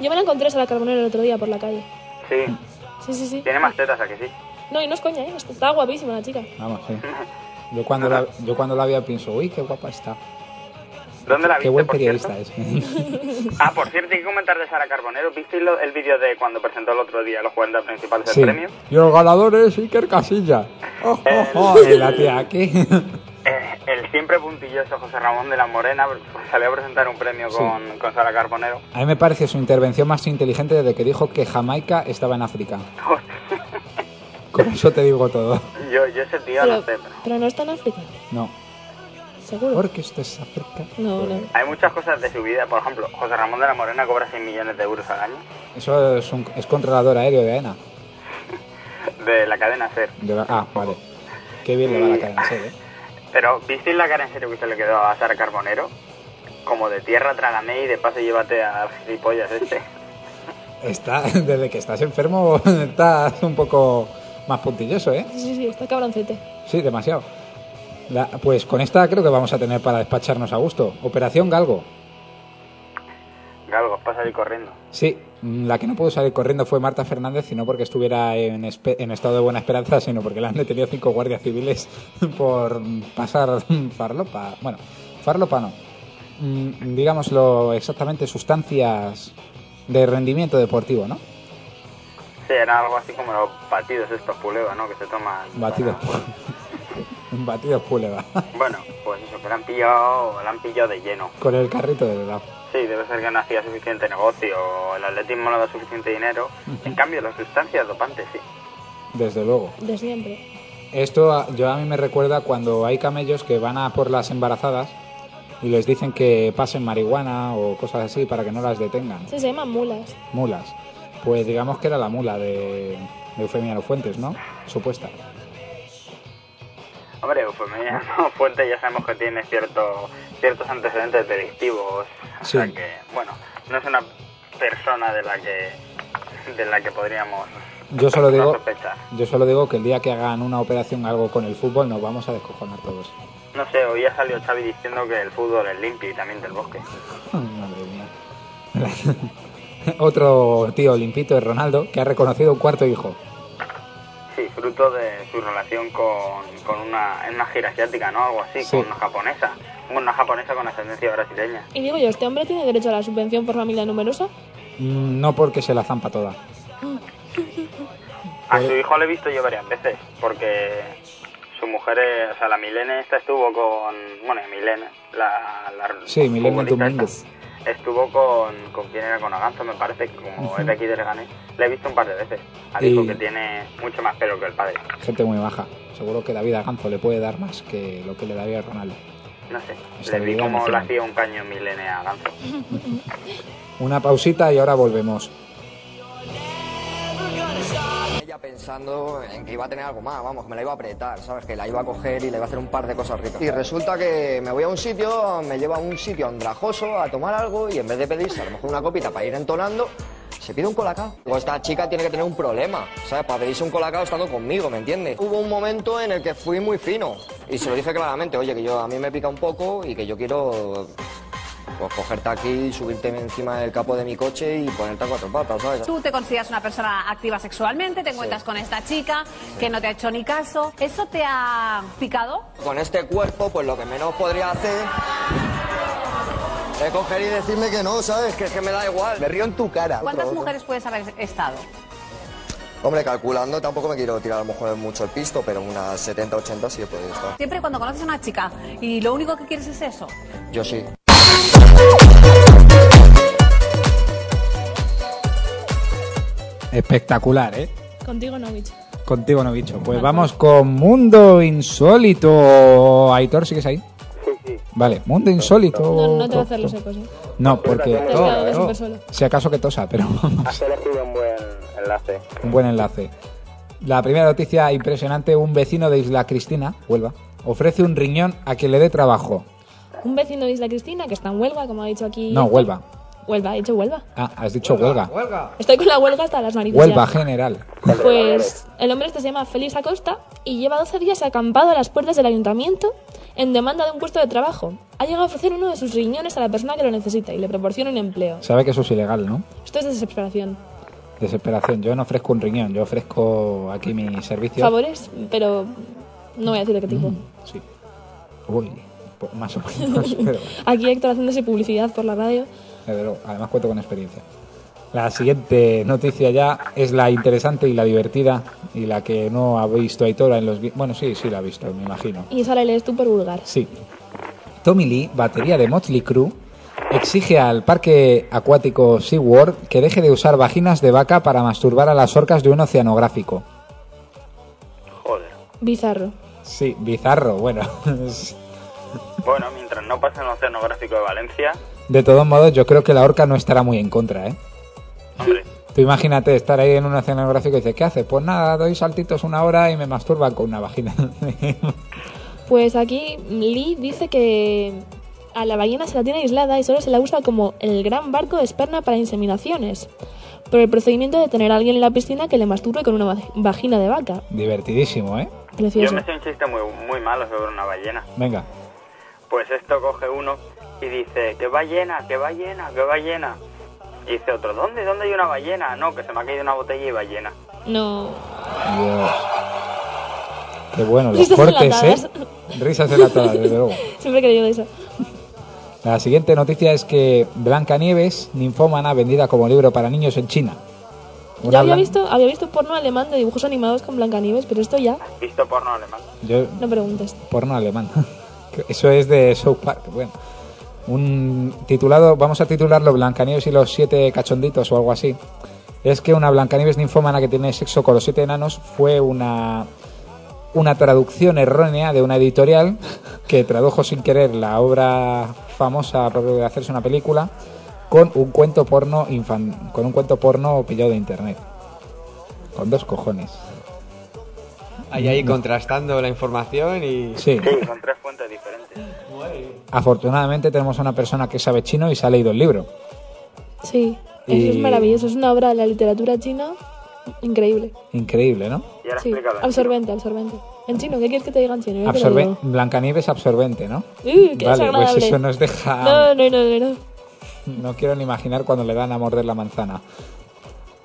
Speaker 3: Yo me la encontré a la carbonero el otro día por la calle.
Speaker 5: sí,
Speaker 2: Mm.
Speaker 3: Sí, sí, sí.
Speaker 5: tiene más tetas a que sí.
Speaker 3: No, y no es coña, ¿eh? Está guapísima la chica.
Speaker 2: Vamos, sí. Yo cuando, la, yo cuando la veo pienso, uy, qué guapa está.
Speaker 5: ¿Dónde la viste,
Speaker 2: Qué buen
Speaker 5: por cierto?
Speaker 2: periodista es.
Speaker 5: Ah, por cierto, hay que comentar de Sara Carbonero. ¿Visteis lo- el vídeo de cuando presentó el otro día los jugadores principales del
Speaker 2: Sí.
Speaker 5: premio?
Speaker 2: Y el ganador es Iker Casillas. Oh, oh, oh, eh, la tía aquí.
Speaker 5: Eh, el siempre puntilloso José Ramón de la Morena pues, salió a presentar un premio con, con Sara Carbonero.
Speaker 2: A mí me parece su intervención más inteligente desde que dijo que Jamaica estaba en África. Con eso te digo todo.
Speaker 5: Yo, yo ese tío
Speaker 3: Pero,
Speaker 5: no sé. pero-
Speaker 3: pero no está en África,
Speaker 2: No,
Speaker 3: seguro.
Speaker 2: porque esto es África.
Speaker 3: No, no.
Speaker 5: Hay muchas cosas de su vida. Por ejemplo, José Ramón de la Morena cobra 6 millones de euros al año
Speaker 2: Eso es, un, es controlador aéreo de AENA.
Speaker 5: de la cadena SER.
Speaker 2: De la- ah, vale. Qué bien le va la cadena SER, ¿eh?
Speaker 5: Pero, ¿visteis la cara en serio que se le quedó a Sara Carbonero? Como de tierra, trágame y de paso llévate al gilipollas este.
Speaker 2: Está, desde que estás enfermo estás un poco más puntilloso, ¿eh?
Speaker 3: Sí, sí, sí, está cabroncete.
Speaker 2: Sí, demasiado. La- pues con esta creo que vamos a tener para despacharnos a gusto. Operación Galgo.
Speaker 5: Galgo, pasa ahí corriendo.
Speaker 2: Sí, mm, la que no pudo salir corriendo fue Marta Fernández, y no porque estuviera en, espe- en estado de buena esperanza, sino porque la han detenido cinco guardias civiles por mm, pasar farlopa. Bueno, farlopa no. Mm, Digámoslo exactamente, sustancias de rendimiento deportivo, ¿no?
Speaker 5: Sí, era algo así como los batidos estos puleva, ¿no? Que se toman.
Speaker 2: Batidos. Batidos puleva.
Speaker 5: Bueno, pues eso, que la han pillado, la han pillado de lleno.
Speaker 2: Con el carrito de verdad.
Speaker 5: Sí, debe ser que no hacía suficiente negocio, o el atletismo no da suficiente dinero. En cambio, las sustancias dopantes sí.
Speaker 2: Desde luego.
Speaker 3: De siempre.
Speaker 2: Esto a- yo a mí me recuerda cuando hay camellos que van a por las embarazadas y les dicen que pasen marihuana o cosas así para que no las detengan.
Speaker 3: Sí, se llaman mulas.
Speaker 2: Mulas. Pues digamos que era la mula de, de Eufemia Los Fuentes, ¿no? Supuesta.
Speaker 5: Hombre, pues Eufemia no, Fuente ya sabemos que tiene cierto, ciertos antecedentes delictivos.
Speaker 2: Sí.
Speaker 5: O sea que, bueno, no es una persona de la que, de la que podríamos
Speaker 2: Yo solo
Speaker 5: no
Speaker 2: digo,
Speaker 5: sospechar.
Speaker 2: yo solo digo que el día que hagan una operación algo con el fútbol nos vamos a descojonar todos.
Speaker 5: No sé, hoy ha salido Xavi diciendo que el fútbol es limpio y también del bosque.
Speaker 2: Madre mía. Otro tío limpito es Ronaldo, que ha reconocido un cuarto hijo.
Speaker 5: Sí, fruto de su relación con, con una, en una gira asiática, ¿no? Algo así,
Speaker 2: Sí.
Speaker 5: con una japonesa. Una japonesa con ascendencia brasileña.
Speaker 3: Y digo yo, ¿este hombre tiene derecho a la subvención por familia numerosa?
Speaker 2: Mm, No porque se la zampa toda.
Speaker 5: A
Speaker 2: Pues
Speaker 5: su hijo le he visto yo varias veces, porque su mujer, es- o sea, la Milene esta estuvo con, bueno, Milene, la... la
Speaker 2: Sí, Milene
Speaker 5: futbolista
Speaker 2: Domínguez.
Speaker 5: esta, Estuvo con, con quien era con Aganzo, me parece, que como es de aquí de Leganés, le he visto un par de veces. Al
Speaker 2: Y-
Speaker 5: hijo que tiene mucho más pelo que el padre.
Speaker 2: Gente muy baja. Seguro que David Aganzo le puede dar más que lo que le daría Ronaldo.
Speaker 5: No sé,
Speaker 2: Está
Speaker 5: le vi
Speaker 2: bien,
Speaker 5: como le
Speaker 2: emocionante.
Speaker 5: hacía un caño Milene a Aganzo.
Speaker 2: Una pausita y ahora volvemos.
Speaker 6: Ella pensando en que iba a tener algo más, vamos, que me la iba a apretar, ¿sabes? Que la iba a coger y le iba a hacer un par de cosas ricas. Y resulta que me voy a un sitio, me lleva a un sitio andrajoso a tomar algo y en vez de pedirse a lo mejor una copita para ir entonando, se pide un colacao. Digo, esta chica tiene que tener un problema, ¿sabes? Para pedirse un colacao estando conmigo, ¿me entiendes? Hubo un momento en el que fui muy fino y se lo dije claramente, oye, que yo a mí me pica un poco y que yo quiero pues cogerte aquí, subirte encima del capo de mi coche y ponerte a cuatro patas, ¿sabes?
Speaker 7: Tú te consideras una persona activa sexualmente, te encuentras con esta chica que no te ha hecho ni caso. ¿Eso te ha picado?
Speaker 6: Con este cuerpo, pues lo que menos podría hacer es coger y decirme que no, ¿sabes? Que es que me da igual. Me río en tu cara.
Speaker 7: ¿Cuántas mujeres puedes haber estado?
Speaker 6: Hombre, calculando, tampoco me quiero tirar a lo mejor mucho el pisto, pero unas 70, 80 sí he podido estar.
Speaker 7: Siempre cuando conoces a una chica y lo único que quieres es eso.
Speaker 6: Yo sí.
Speaker 2: Espectacular, ¿eh?
Speaker 3: Contigo no, bicho.
Speaker 2: Contigo no bicho. Pues vamos con Mundo Insólito. Aitor, ¿sigues ahí?
Speaker 8: Sí, sí.
Speaker 2: Vale, Mundo Insólito.
Speaker 3: No, no te va a hacer los ecos, ¿eh?
Speaker 2: Oh, No, porque
Speaker 3: Te has quedado súper solo.
Speaker 2: si acaso que tosa, pero vamos.
Speaker 8: Has elegido un buen enlace.
Speaker 2: Un buen enlace. La primera noticia impresionante, un vecino de Isla Cristina, Huelva, ofrece un riñón a quien le dé trabajo.
Speaker 3: Un vecino de Isla Cristina, que está en Huelva, como ha dicho aquí.
Speaker 2: No, Huelva.
Speaker 3: Huelva, ha dicho Huelva.
Speaker 2: Ah, has dicho huelga.
Speaker 4: Huelga.
Speaker 3: Estoy con la huelga hasta las narices.
Speaker 2: Huelva
Speaker 3: ya.
Speaker 2: general.
Speaker 3: Pues el hombre este se llama Félix Acosta y lleva 12 días acampado a las puertas del ayuntamiento en demanda de un puesto de trabajo. Ha llegado a ofrecer uno de sus riñones a la persona que lo necesita y le proporciona un empleo.
Speaker 2: Sabe que eso es ilegal, ¿no?
Speaker 3: Esto es desesperación.
Speaker 2: Desesperación. Yo no ofrezco un riñón, yo ofrezco aquí mi servicio.
Speaker 3: Favores, pero no voy a decir de qué tipo.
Speaker 2: Sí. Uy, po- más o menos, pero
Speaker 3: Aquí Héctor haciéndose publicidad por la radio.
Speaker 2: desde luego, además cuento con experiencia. La siguiente noticia ya es la interesante y la divertida y la que no ha visto Aitora en los... gui- Bueno, sí, sí la ha visto, me imagino.
Speaker 3: Y esa la lees tú por vulgar.
Speaker 2: Sí. Tommy Lee, batería de Motley Crue, exige al parque acuático SeaWorld que deje de usar vaginas de vaca para masturbar a las orcas de un oceanográfico.
Speaker 5: Joder.
Speaker 3: Bizarro.
Speaker 2: Sí, bizarro, bueno. es-
Speaker 5: Bueno, mientras no pase el oceanográfico de Valencia,
Speaker 2: De todos modos, yo creo que la orca no estará muy en contra, ¿eh?
Speaker 5: hombre,
Speaker 2: Tú imagínate estar ahí en un oceanográfico y dices, ¿qué haces? Pues nada, doy saltitos una hora y me masturban con una vagina.
Speaker 3: Pues aquí Lee dice que a la ballena se la tiene aislada y solo se la usa como el gran barco de esperma para inseminaciones. Por el procedimiento de tener a alguien en la piscina que le masturbe con una va- vagina de vaca.
Speaker 2: Divertidísimo, ¿eh?
Speaker 3: Precioso.
Speaker 5: yo me sé un chiste muy, muy malo sobre una ballena.
Speaker 2: Venga.
Speaker 5: Pues esto coge uno y dice, que ballena, que ballena, que ballena. Y dice otro, ¿dónde? ¿Dónde hay una ballena? No, que se me ha caído una botella y ballena.
Speaker 3: No.
Speaker 2: Dios. Qué bueno, los
Speaker 3: Risas
Speaker 2: cortes, ¿eh?
Speaker 3: enlatadas.
Speaker 2: Risas enlatadas, desde luego.
Speaker 3: Siempre he creído eso.
Speaker 2: La siguiente noticia es que Blancanieves, ninfómana, vendida como libro para niños en China.
Speaker 3: Yo había
Speaker 2: blan-
Speaker 3: visto, había visto porno alemán de dibujos animados con Blancanieves, pero esto ya,
Speaker 5: Visto porno alemán.
Speaker 2: Yo,
Speaker 3: no preguntes.
Speaker 2: porno alemán. Eso es de South Park. Bueno, un titulado, vamos a titularlo Blancanieves y los siete cachonditos o algo así. Es que una Blancanieves ninfómana que tiene sexo con los siete enanos fue una una traducción errónea de una editorial que tradujo sin querer la obra famosa a propósito de hacerse una película con un cuento porno infan- con un cuento porno pillado de internet. Con dos cojones.
Speaker 4: Ahí, ahí contrastando la información y.
Speaker 2: Mm. Sí.
Speaker 5: Sí, con tres fuentes diferentes.
Speaker 2: Afortunadamente tenemos a una persona que sabe chino y se ha leído el libro.
Speaker 3: Sí,
Speaker 2: Y-
Speaker 3: eso es maravilloso. Es una obra de la literatura china increíble.
Speaker 2: Increíble, ¿no?
Speaker 5: Y ahora
Speaker 3: Sí,
Speaker 5: explícalo.
Speaker 3: absorbente, absorbente. En chino, ¿qué quieres que te diga en chino? Yo te lo
Speaker 2: Absorbe
Speaker 3: digo.
Speaker 2: Blancanieves absorbente, ¿no?
Speaker 3: Uh, qué
Speaker 2: vale, pues
Speaker 3: desagradable.
Speaker 2: eso nos deja...
Speaker 3: No, no, no, no, no.
Speaker 2: No quiero ni imaginar cuando le dan a morder la manzana.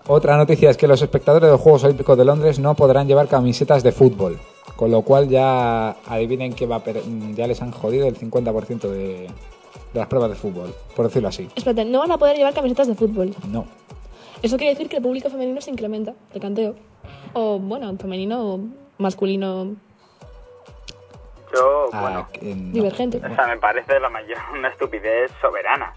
Speaker 2: Otra noticia es que los espectadores de los Juegos Olímpicos de Londres no podrán llevar camisetas de fútbol. Con lo cual ya adivinen que va a per- ya les han jodido el 50% de, de las pruebas de fútbol, por decirlo así.
Speaker 3: Espérate, no van a poder llevar camisetas de fútbol.
Speaker 2: No.
Speaker 3: Eso quiere decir que el público femenino se incrementa, de canteo. O, bueno, femenino o masculino.
Speaker 5: Yo,
Speaker 2: Ah,
Speaker 5: bueno,
Speaker 2: que no.
Speaker 3: Divergente.
Speaker 5: o sea, me parece la mayor una estupidez soberana.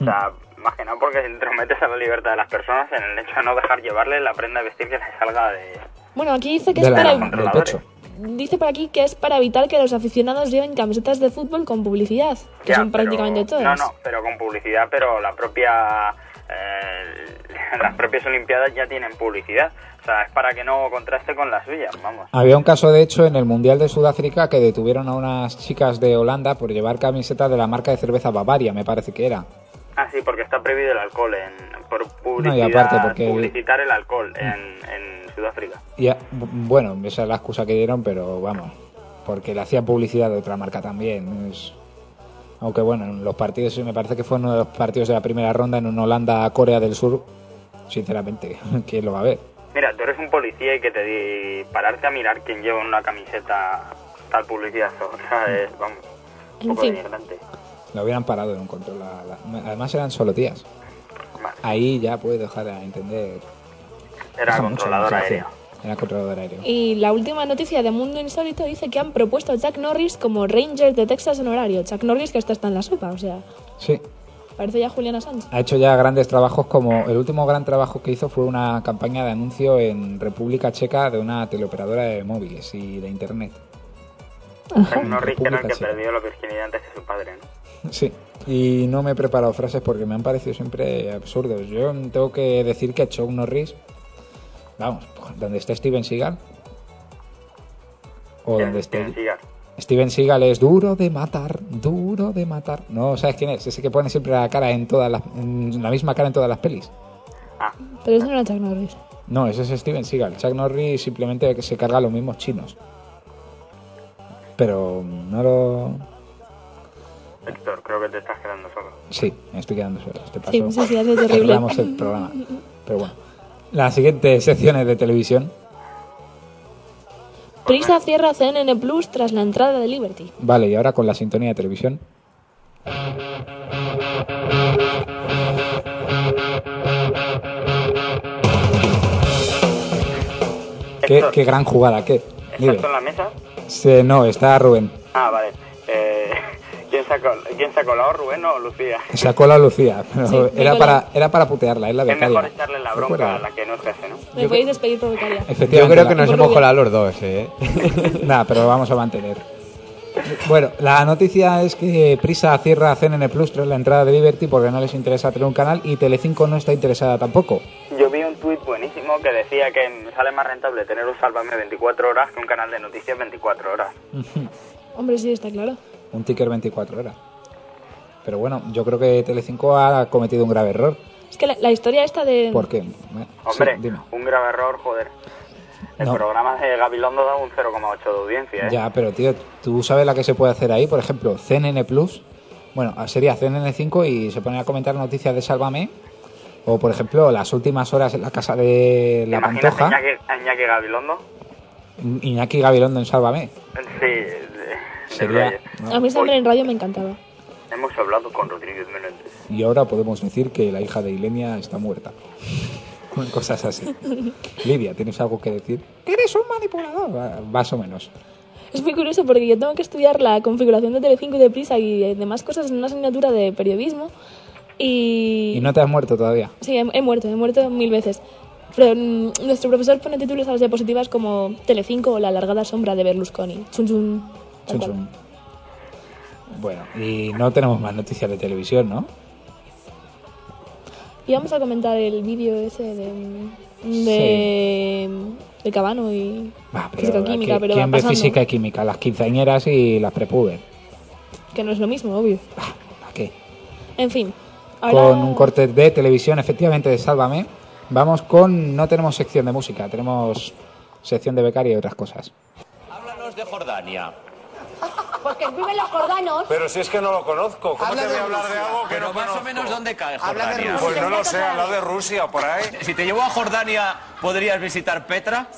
Speaker 5: O sea, más que nada porque entrometes a la libertad de las personas en el hecho de no dejar llevarle la prenda de vestir que les salga de...
Speaker 3: Bueno, aquí dice que
Speaker 2: De
Speaker 3: es
Speaker 2: la-
Speaker 3: para.
Speaker 2: del pecho.
Speaker 3: Dice por aquí que es para evitar que los aficionados lleven camisetas de fútbol con publicidad, que
Speaker 5: Ya,
Speaker 3: son
Speaker 5: pero-
Speaker 3: prácticamente todas.
Speaker 5: No, no, pero con publicidad, pero la propia... eh, las propias olimpiadas ya tienen publicidad. O sea, es para que no contraste con las suyas, vamos.
Speaker 2: Había un caso, de hecho, en el Mundial de Sudáfrica que detuvieron a unas chicas de Holanda por llevar camisetas de la marca de cerveza Bavaria, me parece que era.
Speaker 5: Ah, sí, porque está prohibido el alcohol en, por publicidad,
Speaker 2: aparte porque- Mm.
Speaker 5: publicitar el alcohol en, en Sudáfrica.
Speaker 2: Y, ah, bu- bueno, esa es la excusa que dieron, pero vamos, porque le hacían publicidad de otra marca también. es- Aunque bueno, en los partidos, sí, me parece que fue uno de los partidos de la primera ronda en un Holanda-Corea del Sur, sinceramente, ¿quién lo va a ver?
Speaker 5: Mira, tú eres un policía y que te di pararte a mirar quién lleva una camiseta tal publicidad. O
Speaker 2: Mm.
Speaker 5: sea, es, vamos, un
Speaker 3: En
Speaker 5: poco
Speaker 3: fin.
Speaker 5: denigrante.
Speaker 2: Lo hubieran parado en un control. a la- Además eran solo tías.
Speaker 5: Vale.
Speaker 2: Ahí ya puedes dejar a entender
Speaker 5: Era
Speaker 2: Deja mucho
Speaker 5: controlador
Speaker 2: margen,
Speaker 5: aéreo.
Speaker 2: sí. Era controlador aéreo.
Speaker 3: Y la última noticia de Mundo Insólito dice que han propuesto a Chuck Norris como Ranger de Texas honorario. Chuck Norris que está hasta en la sopa, o sea,
Speaker 2: Sí.
Speaker 3: parece ya Juliana Sánchez.
Speaker 2: Ha hecho ya grandes trabajos como el último gran trabajo que hizo fue una campaña de anuncio en República Checa de una teleoperadora de móviles y de internet.
Speaker 5: Chuck Norris era el que
Speaker 2: República Checa.
Speaker 5: perdió la virginidad antes que su padre, ¿no?
Speaker 2: Sí, y no me he preparado frases porque me han parecido siempre absurdos. Yo tengo que decir que Chuck Norris, vamos, donde está Steven Seagal, o donde
Speaker 5: Steven
Speaker 2: esté...
Speaker 5: Seagal.
Speaker 2: Steven Seagal es duro de matar, duro de matar. No, ¿sabes quién es? Ese que pone siempre la cara en todas las... en la misma cara en todas las pelis.
Speaker 5: Ah,
Speaker 3: Pero eso no era Chuck Norris.
Speaker 2: No, ese es Steven Seagal. Chuck Norris simplemente que se carga a los mismos chinos. Pero no lo...
Speaker 5: Héctor, creo que te estás quedando solo.
Speaker 2: Sí, me estoy quedando solo. Este paso
Speaker 3: Sí, pues sí, sí, ha sido terrible.
Speaker 2: cerramos el programa. Pero bueno. Las siguientes secciones de televisión.
Speaker 3: Prisa cierra CNN Plus tras la entrada de Liberty.
Speaker 2: Vale, y ahora con la sintonía de televisión. Qué,
Speaker 5: Héctor,
Speaker 2: qué gran jugada, qué.
Speaker 5: ¿estás
Speaker 2: Dime.
Speaker 5: tú en la mesa?
Speaker 2: Se- no, está Rubén.
Speaker 5: Ah, vale. Eh, ¿quién, sacó, ¿Quién sacó la O, Rubén o Lucía?
Speaker 2: Sacó la Lucía, pero
Speaker 3: Sí, me
Speaker 2: era,
Speaker 3: colé.
Speaker 2: para, era para putearla, es la
Speaker 5: Es
Speaker 2: becaria.
Speaker 5: mejor echarle la bronca a
Speaker 2: ¿Recuerdas?
Speaker 5: la que no es jefe, ¿no?
Speaker 3: Me podéis despedir por becaria.
Speaker 4: Yo
Speaker 2: Efectivamente,
Speaker 4: creo
Speaker 2: la-
Speaker 4: que nos
Speaker 3: Muy
Speaker 4: hemos
Speaker 3: bien.
Speaker 4: colado los dos, ¿eh?
Speaker 2: Nada, pero lo vamos a mantener. Bueno, la noticia es que Prisa cierra CNN Plus tras la entrada de Liberty porque no les interesa tener un canal y Telecinco no está interesada tampoco.
Speaker 5: Yo vi un tuit buenísimo que decía que me sale más rentable tener un Sálvame 24 horas que un canal de noticias 24 horas.
Speaker 3: Hombre, sí, está claro.
Speaker 2: Un ticker 24 horas. Pero bueno, yo creo que Telecinco ha cometido un grave error.
Speaker 3: Es que la, la historia esta de...
Speaker 2: ¿Por qué? Bueno, sí,
Speaker 5: Hombre,
Speaker 2: dime.
Speaker 5: un grave error, joder. El
Speaker 2: No.
Speaker 5: programa de Gabilondo da un 0,8 de audiencia, ¿eh?
Speaker 2: Ya, pero tío, tú sabes la que se puede hacer ahí, por ejemplo, CNN Plus. Bueno, sería CNN5 y se ponen a comentar noticias de Sálvame. O, por ejemplo, las últimas horas en la casa de
Speaker 5: ¿Te
Speaker 2: la
Speaker 5: imaginas
Speaker 2: Pantoja.
Speaker 5: a Iñaki, a Iñaki Gabilondo?
Speaker 2: Iñaki Gabilondo en Sálvame.
Speaker 5: Sí, de- de
Speaker 2: Sería-
Speaker 5: Reyes.
Speaker 2: no.
Speaker 3: A mí siempre en radio me encantaba.
Speaker 5: Hemos hablado con Rodríguez Menéndez.
Speaker 2: Y ahora podemos decir que la hija de Ilenia está muerta. Cosas así. Lidia, ¿tienes algo que decir? Que eres un manipulador. Ah, Más o menos.
Speaker 3: Es muy curioso porque yo tengo que estudiar la configuración de Telecinco y de Prisa y eh, demás cosas en una asignatura de periodismo y...
Speaker 2: Y no te has muerto todavía.
Speaker 3: Sí, he, he muerto, he muerto mil veces. Pero, mm, nuestro profesor pone títulos a las diapositivas como Telecinco o la alargada sombra de Berlusconi. Chun chun.
Speaker 2: Chun,
Speaker 3: tal cual.
Speaker 2: chun. Bueno, y no tenemos más noticias de televisión, ¿no?
Speaker 3: Y vamos a comentar el vídeo ese de... mm, De, de Cabano y...
Speaker 2: Va, pero
Speaker 3: física química,
Speaker 2: aquí-
Speaker 3: pero va
Speaker 2: ¿Quién ve
Speaker 3: pasando.
Speaker 2: física y química? Las quinceañeras y las prepuber.
Speaker 3: Que no es lo mismo, obvio.
Speaker 2: ¿A qué?
Speaker 3: En fin. Ahora...
Speaker 2: Con un corte de televisión, efectivamente, de Sálvame. Vamos con... No tenemos sección de música, tenemos sección de becaria y otras cosas.
Speaker 9: Háblanos de Jordania.
Speaker 7: Porque viven los jordanos.
Speaker 10: Pero si es que no lo conozco, ¿cómo
Speaker 6: Habla
Speaker 10: te voy
Speaker 6: de
Speaker 10: a hablar de
Speaker 6: Rusia.
Speaker 10: algo que no conozco?
Speaker 9: dónde cae
Speaker 6: Habla de Jordania? Rusia.
Speaker 10: Pues no lo sé, habla de Rusia o por ahí.
Speaker 9: Si te llevo a Jordania, ¿podrías visitar Petra?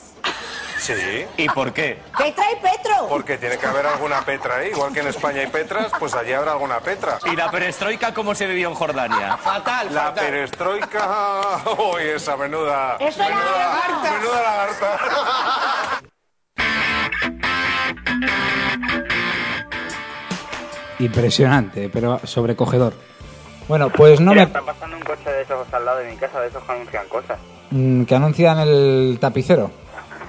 Speaker 10: Sí,
Speaker 9: ¿Y por qué?
Speaker 7: ¿Qué trae Petro?
Speaker 10: porque tiene que haber alguna Petra ahí. Igual que en España hay Petras, pues allí habrá alguna Petra.
Speaker 9: ¿Y la perestroika cómo se vivió en Jordania? Fatal,
Speaker 10: La perestroika. Uy, esa menuda.
Speaker 7: Eso era
Speaker 10: menuda,
Speaker 7: lagarta.
Speaker 10: menuda lagarta.
Speaker 11: Impresionante, pero sobrecogedor.
Speaker 2: Bueno, pues no
Speaker 5: Mira,
Speaker 2: me...
Speaker 5: Están pasando un coche de esos al lado de mi casa, de esos que anuncian cosas.
Speaker 2: Mm, que anuncian el tapicero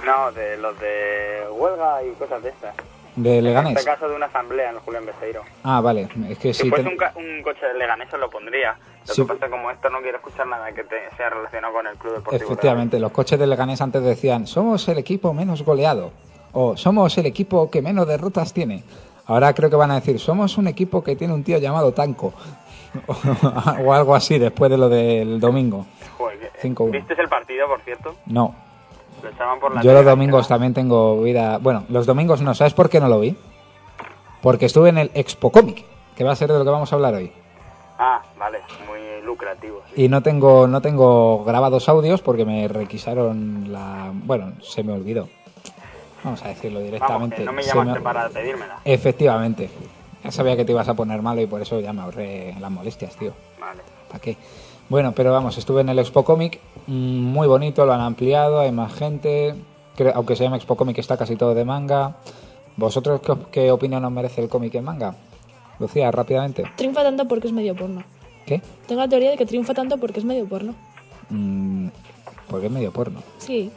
Speaker 5: No, de los de huelga y cosas de estas.
Speaker 2: de
Speaker 5: En
Speaker 2: Leganés.
Speaker 5: este caso de una asamblea en el Julián Besteiro.
Speaker 2: Ah, vale, es que
Speaker 5: Si
Speaker 2: sí.
Speaker 5: fuese
Speaker 2: te-
Speaker 5: un, ca- un coche de Leganés se lo pondría. Lo
Speaker 2: Sí.
Speaker 5: que pasa es que como esto no quiero escuchar nada que te- sea relacionado con el club deportivo.
Speaker 2: Efectivamente, los coches de Leganés antes decían, somos el equipo menos goleado o somos el equipo que menos derrotas tiene. Ahora creo que van a decir, somos un equipo que tiene un tío llamado Tanco o algo así después de lo del domingo.
Speaker 5: Joder, que-
Speaker 2: 5-1.
Speaker 5: ¿Viste el partido, por cierto?
Speaker 2: No,
Speaker 5: Lo echaban por la
Speaker 2: yo los
Speaker 5: tele, Ah,
Speaker 2: domingos
Speaker 5: ¿verdad?
Speaker 2: también tengo vida... Bueno, los domingos no, ¿sabes por qué no lo vi? Porque estuve en el Expo Comic, que va a ser de lo que vamos a hablar hoy.
Speaker 5: Ah, vale, muy lucrativo. sí.
Speaker 2: Y no tengo, no tengo grabados audios porque me requisaron la. Bueno, se me olvidó. Vamos a decirlo
Speaker 5: Vamos,
Speaker 2: directamente.
Speaker 5: que no me
Speaker 2: Se
Speaker 5: llamaste
Speaker 2: me-
Speaker 5: para pedírmela.
Speaker 2: Efectivamente. Ya sabía que te ibas a poner malo y por eso ya me ahorré las molestias, tío.
Speaker 5: Vale.
Speaker 2: ¿Para qué? Bueno, pero vamos, estuve en el Expo Comic, mm, muy bonito, lo han ampliado, hay más gente, creo- aunque se llama Expo Comic está casi todo de manga. ¿Vosotros qué, op- qué opinión os merece el cómic en manga? Lucía, rápidamente.
Speaker 3: Triunfa tanto porque es medio porno.
Speaker 2: ¿Qué?
Speaker 3: Tengo la teoría de que triunfa tanto porque es medio porno.
Speaker 2: Mm, porque es medio porno.
Speaker 3: Sí.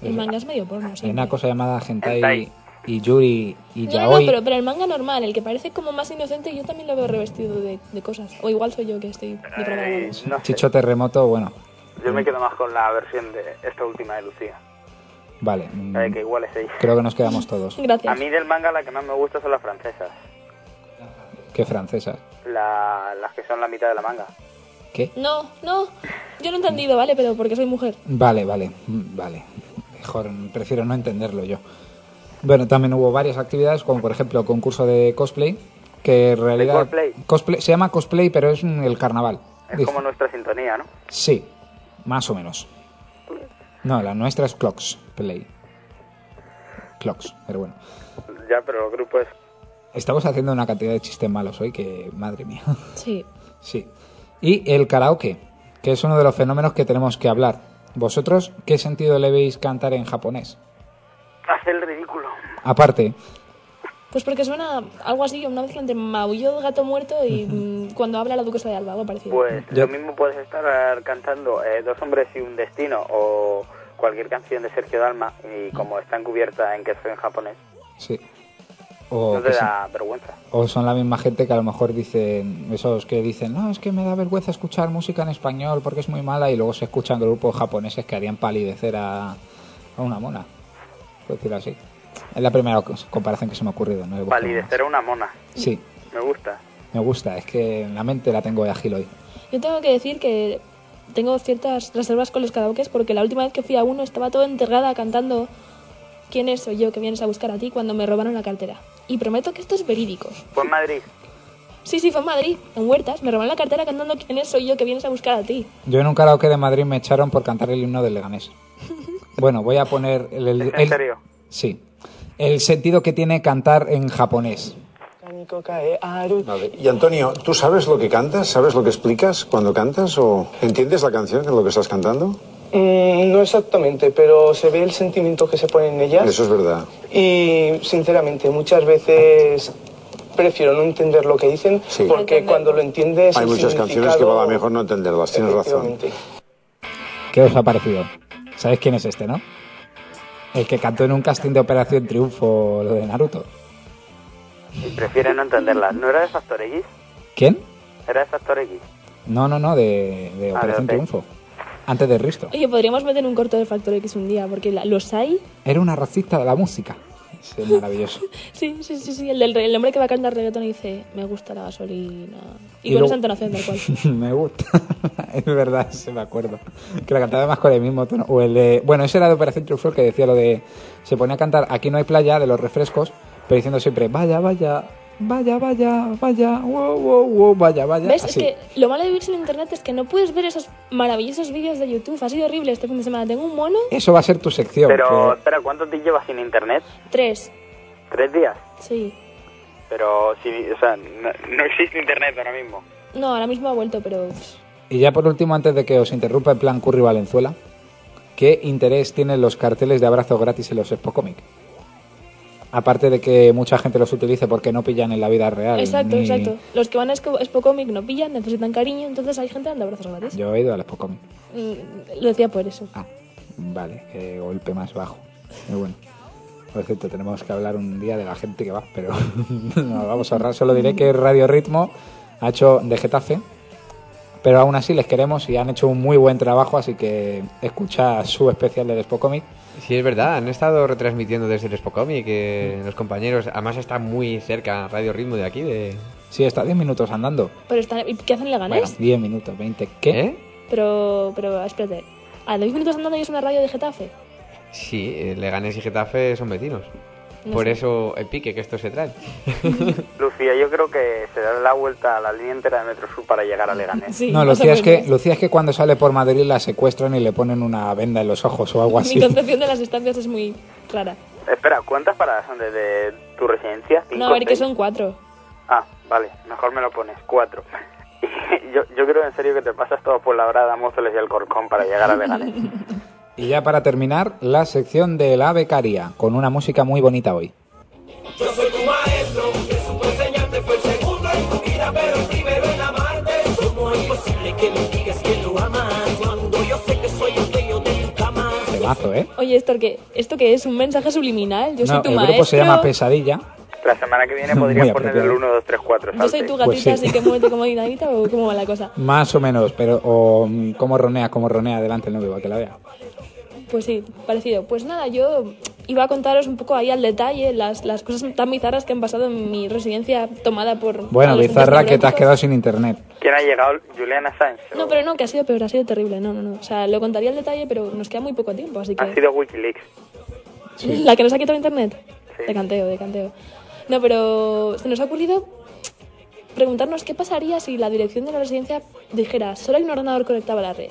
Speaker 3: El
Speaker 2: Es-
Speaker 3: manga es medio porno, sí.
Speaker 2: Hay una cosa llamada Hentai
Speaker 3: Hentai.
Speaker 2: y Yuri y
Speaker 3: No, no,
Speaker 2: Yaoi.
Speaker 3: pero, pero el manga normal, el que parece como más inocente, yo también lo veo revestido de, de cosas. O igual soy yo que estoy depravada.
Speaker 5: Eh, no sé,
Speaker 2: Chicho Terremoto, bueno,
Speaker 5: yo me quedo más con la versión de esta última de Lucía.
Speaker 2: vale. mm,
Speaker 5: La de que igual es ella.
Speaker 2: Creo que nos quedamos todos.
Speaker 5: A mí del manga la que más me gusta son las francesas.
Speaker 2: Qué francesas.
Speaker 5: La- las que son la mitad de la manga.
Speaker 3: No, no, yo no he entendido, ¿vale? Pero porque soy mujer.
Speaker 2: Vale, vale, mm, vale. Mejor, mm, prefiero no entenderlo yo. Bueno, también hubo varias actividades, como por ejemplo concurso de cosplay, que en realidad...
Speaker 5: cosplay?
Speaker 2: cosplay- se llama cosplay, pero es mm, el carnaval.
Speaker 5: Es
Speaker 2: Dice-
Speaker 5: como nuestra sintonía, ¿no?
Speaker 2: Sí, más o menos. No, la nuestra es Clocks Play. Clocks, pero bueno.
Speaker 5: Ya, pero el grupo es...
Speaker 2: Estamos haciendo una cantidad de chistes malos hoy que, madre mía.
Speaker 3: Sí.
Speaker 2: Sí. Y el karaoke, que es uno de los fenómenos que tenemos que hablar. ¿Vosotros qué sentido le veis cantar en japonés?
Speaker 5: Hace el ridículo.
Speaker 2: Aparte,
Speaker 3: Pues porque suena algo así, una mezcla entre maullido de gato muerto y mm, cuando habla la duquesa de Alba, algo parecido.
Speaker 5: Pues lo mismo puedes estar cantando eh, Dos hombres y un destino o cualquier canción de Sergio Dalma y como está encubierta en que soy en japonés,
Speaker 2: sí. O,
Speaker 5: no te
Speaker 2: Oh, que son,
Speaker 5: da vergüenza.
Speaker 2: o son la misma gente que a lo mejor dicen, esos que dicen, no, es que me da vergüenza escuchar música en español porque es muy mala y luego se escuchan grupos japoneses que harían palidecer a, a una mona. Por decirlo así. Es la primera cos- comparación que se me ha ocurrido. Oh, No he buscado más.
Speaker 5: Palidecer a una mona.
Speaker 2: Sí,
Speaker 5: Me gusta.
Speaker 2: me gusta, es que en la mente la tengo de ágil hoy.
Speaker 3: Yo tengo que decir que tengo ciertas reservas con los karaokes porque la última vez que fui a uno estaba todo enterrada cantando ¿Quién es soy yo que vienes a buscar a ti cuando me robaron la cartera? Y prometo que esto es verídico.
Speaker 5: Fue en Pues Madrid.
Speaker 3: Sí, sí, fue en Madrid, en Huertas, me robaron la cartera cantando ¿Quién es soy yo que vienes a buscar a ti?
Speaker 2: Yo en un karaoke de Madrid me echaron por cantar el himno del Leganés. Bueno, voy a poner el, el- el- sí. El sentido que tiene cantar en japonés.
Speaker 6: Y Antonio, ¿tú sabes lo que cantas? ¿Sabes lo que explicas cuando cantas? ¿O entiendes la canción en lo que estás cantando?
Speaker 1: Mm, no exactamente, pero se ve el sentimiento que se pone en ellas.
Speaker 6: Eso es verdad.
Speaker 1: Y sinceramente, muchas veces prefiero no entender lo que dicen, porque cuando lo entiendes.
Speaker 6: Hay
Speaker 1: el
Speaker 6: muchas canciones que
Speaker 1: significado-
Speaker 6: va mejor no entenderlas, tienes razón.
Speaker 2: ¿Qué os ha parecido? ¿Sabéis quién es este, no? El que cantó en un casting de Operación Triunfo lo de Naruto.
Speaker 5: Y prefieren no entenderlas. ¿No era de Factor X?
Speaker 2: ¿Quién?
Speaker 5: Era de Factor X.
Speaker 2: No, no, no, de, de
Speaker 5: Ah,
Speaker 2: Operación
Speaker 5: de-
Speaker 2: Triunfo. Antes de Risto.
Speaker 3: Oye, podríamos meter un corto de Factor X un día porque la- los hay.
Speaker 2: Era una racista de la música. Sí, maravilloso.
Speaker 3: Sí, sí, sí, sí, el, del, el hombre que va a cantar reggaetón y dice me gusta la gasolina. Y,
Speaker 2: Y
Speaker 3: con
Speaker 2: luego-
Speaker 3: esa entonación tal cual.
Speaker 2: me gusta. es verdad, se me acuerdo. Que la cantaba más con el mismo tono. O el de. Bueno, ese era de Operación Triunfo el que decía lo de. Se ponía a cantar Aquí no hay playa de los refrescos, pero diciendo siempre, vaya, vaya, vaya, vaya, vaya, wow, wow, wow, vaya, vaya.
Speaker 3: ¿Ves?
Speaker 2: Así.
Speaker 3: Es que lo malo de vivir sin internet es que no puedes ver esos maravillosos vídeos de YouTube. Ha sido horrible este fin de semana. Tengo un mono.
Speaker 2: Eso va a ser tu sección.
Speaker 5: Pero,
Speaker 2: que-
Speaker 5: espera, ¿cuántos días llevas sin internet?
Speaker 3: Tres.
Speaker 5: ¿Tres días?
Speaker 3: Sí.
Speaker 5: Pero, si, o sea, no, no existe internet ahora mismo.
Speaker 3: No, ahora mismo ha vuelto, pero... pff,
Speaker 2: Y ya por último, antes de que os interrumpa el plan Curry Valenzuela, ¿qué interés tienen los carteles de abrazo gratis en los Expo Comic? Aparte de que mucha gente los utilice porque no pillan en la vida real.
Speaker 3: Exacto,
Speaker 2: ni-
Speaker 3: exacto. Los que van a Expo Expo Comic no pillan, necesitan cariño, entonces hay gente dando abrazos gratis.
Speaker 2: Yo he ido al Expo Comic.
Speaker 3: Mm, Lo decía por eso.
Speaker 2: Ah, Vale, eh, golpe más bajo. Muy bueno. Por cierto, tenemos que hablar un día de la gente que va, pero nos vamos a ahorrar. Solo diré que Radio Ritmo ha hecho de Getafe, pero aún así les queremos y han hecho un muy buen trabajo, así que escucha su especial del Expo Comic.
Speaker 4: Sí, es verdad, han estado retransmitiendo desde el Expocomi, que los compañeros, además está muy cerca Radio Ritmo de aquí, de...
Speaker 2: Sí, está 10 minutos andando.
Speaker 3: Pero están... ¿y ¿Qué hacen le
Speaker 2: Bueno,
Speaker 3: ganés?
Speaker 2: 10 minutos, 20.
Speaker 4: ¿Eh?
Speaker 2: ¿Qué?
Speaker 3: Pero, pero, espérate. A 10 minutos andando y es una radio de Getafe.
Speaker 4: Sí, eh, Leganés y Getafe son vecinos.
Speaker 3: No
Speaker 4: Por
Speaker 3: sé.
Speaker 4: eso el pique que esto se trae.
Speaker 5: Lucía, yo creo que se da la vuelta a la línea entera de Metro Sur para llegar a Leganés.
Speaker 2: no, Lucía
Speaker 3: pues
Speaker 2: es, que, Lucía es que cuando sale por Madrid la secuestran y le ponen una venda en los ojos o algo así.
Speaker 3: Mi concepción de las estancias es muy rara.
Speaker 5: Espera, ¿cuántas paradas son desde tu residencia?
Speaker 3: No, a ver, que
Speaker 5: ¿Cinco,
Speaker 3: son cuatro.
Speaker 5: Ah, vale, mejor me lo pones, cuatro. yo, yo creo en serio que te pasas todo por la brada, Móstoles y Alcorcón para llegar a Leganés.
Speaker 2: Y ya para terminar, la sección de la becaria, con una música muy bonita hoy.
Speaker 12: Yo soy tu maestro, que supo enseñarte fue el segundo en tu vida, pero el primero en amarte. ¿Cómo es posible que me digas que lo amas cuando yo sé que soy el dueño de tu cama?
Speaker 2: Temazo, ¿eh?
Speaker 3: Oye, ¿esto qué, ¿esto qué es? ¿Un mensaje subliminal? Yo soy
Speaker 2: No,
Speaker 3: tu
Speaker 2: el
Speaker 3: maestro.
Speaker 2: grupo se llama Pesadilla.
Speaker 5: La semana que viene
Speaker 2: Muy
Speaker 5: podrías poner el
Speaker 2: apropiado.
Speaker 5: 1, 2, 3, 4.
Speaker 3: Yo soy tu gatita,
Speaker 2: Pues sí.
Speaker 3: así que muévete como dinamita o cómo va la cosa.
Speaker 2: Más o menos, pero o, mm, cómo ronea, cómo ronea delante el novio, para que la vea.
Speaker 3: Pues sí, parecido. Pues nada, yo iba a contaros un poco ahí al detalle las, las cosas tan bizarras que han pasado en mi residencia tomada por...
Speaker 2: Bueno,
Speaker 3: adolescentes
Speaker 2: bizarra que te has
Speaker 3: neuróticos.
Speaker 2: quedado sin internet.
Speaker 5: ¿Quién ha llegado? Juliana Sánchez.
Speaker 3: No, pero no, que ha sido peor, ha sido terrible. No, no, no. O sea, lo contaría al detalle, pero nos queda muy poco tiempo, así que...
Speaker 5: Ha sido Wikileaks.
Speaker 3: La que nos ha quitado internet. De canteo, de canteo. No, pero se nos ha ocurrido preguntarnos qué pasaría si la dirección de la residencia dijera solo hay un ordenador conectado a la red.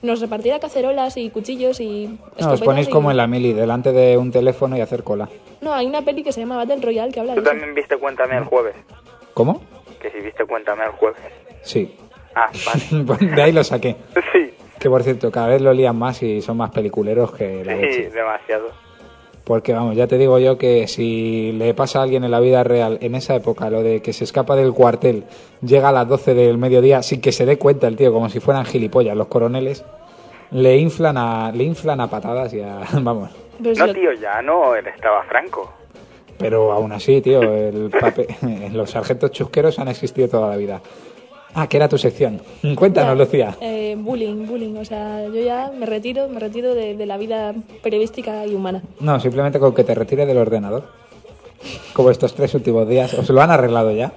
Speaker 3: Nos repartiera cacerolas y cuchillos y...
Speaker 2: No, os
Speaker 3: escopetas
Speaker 2: ponéis
Speaker 3: y-
Speaker 2: como en la mili, delante de un teléfono y hacer cola.
Speaker 3: No, hay una peli que se llama Battle Royale que habla de...
Speaker 5: Tú también viste Cuéntame el jueves.
Speaker 2: ¿Cómo?
Speaker 5: Que si viste Cuéntame el jueves.
Speaker 2: Sí.
Speaker 5: Ah, vale.
Speaker 2: Pues de ahí lo saqué.
Speaker 5: Sí.
Speaker 2: Que por cierto, cada vez lo lían más y son más peliculeros que la
Speaker 5: Sí,
Speaker 2: leche.
Speaker 5: demasiado.
Speaker 2: Porque vamos, ya te digo yo que si le pasa a alguien en la vida real en esa época lo de que se escapa del cuartel, llega a las 12 del mediodía sin que se dé cuenta el tío, como si fueran gilipollas los coroneles, le inflan a, le inflan a patadas y a, vamos.
Speaker 3: Pues
Speaker 5: No, tío, ya no, él estaba franco.
Speaker 2: Pero aún así, tío, el papel- los sargentos chusqueros han existido toda la vida. Ah, que era tu sección. Cuéntanos, Lucía.
Speaker 3: Eh, bullying, bullying. O sea, yo ya me retiro, me retiro de, de la vida periodística y humana.
Speaker 2: No, simplemente con que te retires del ordenador. Como estos tres últimos días. ¿Os lo han arreglado ya?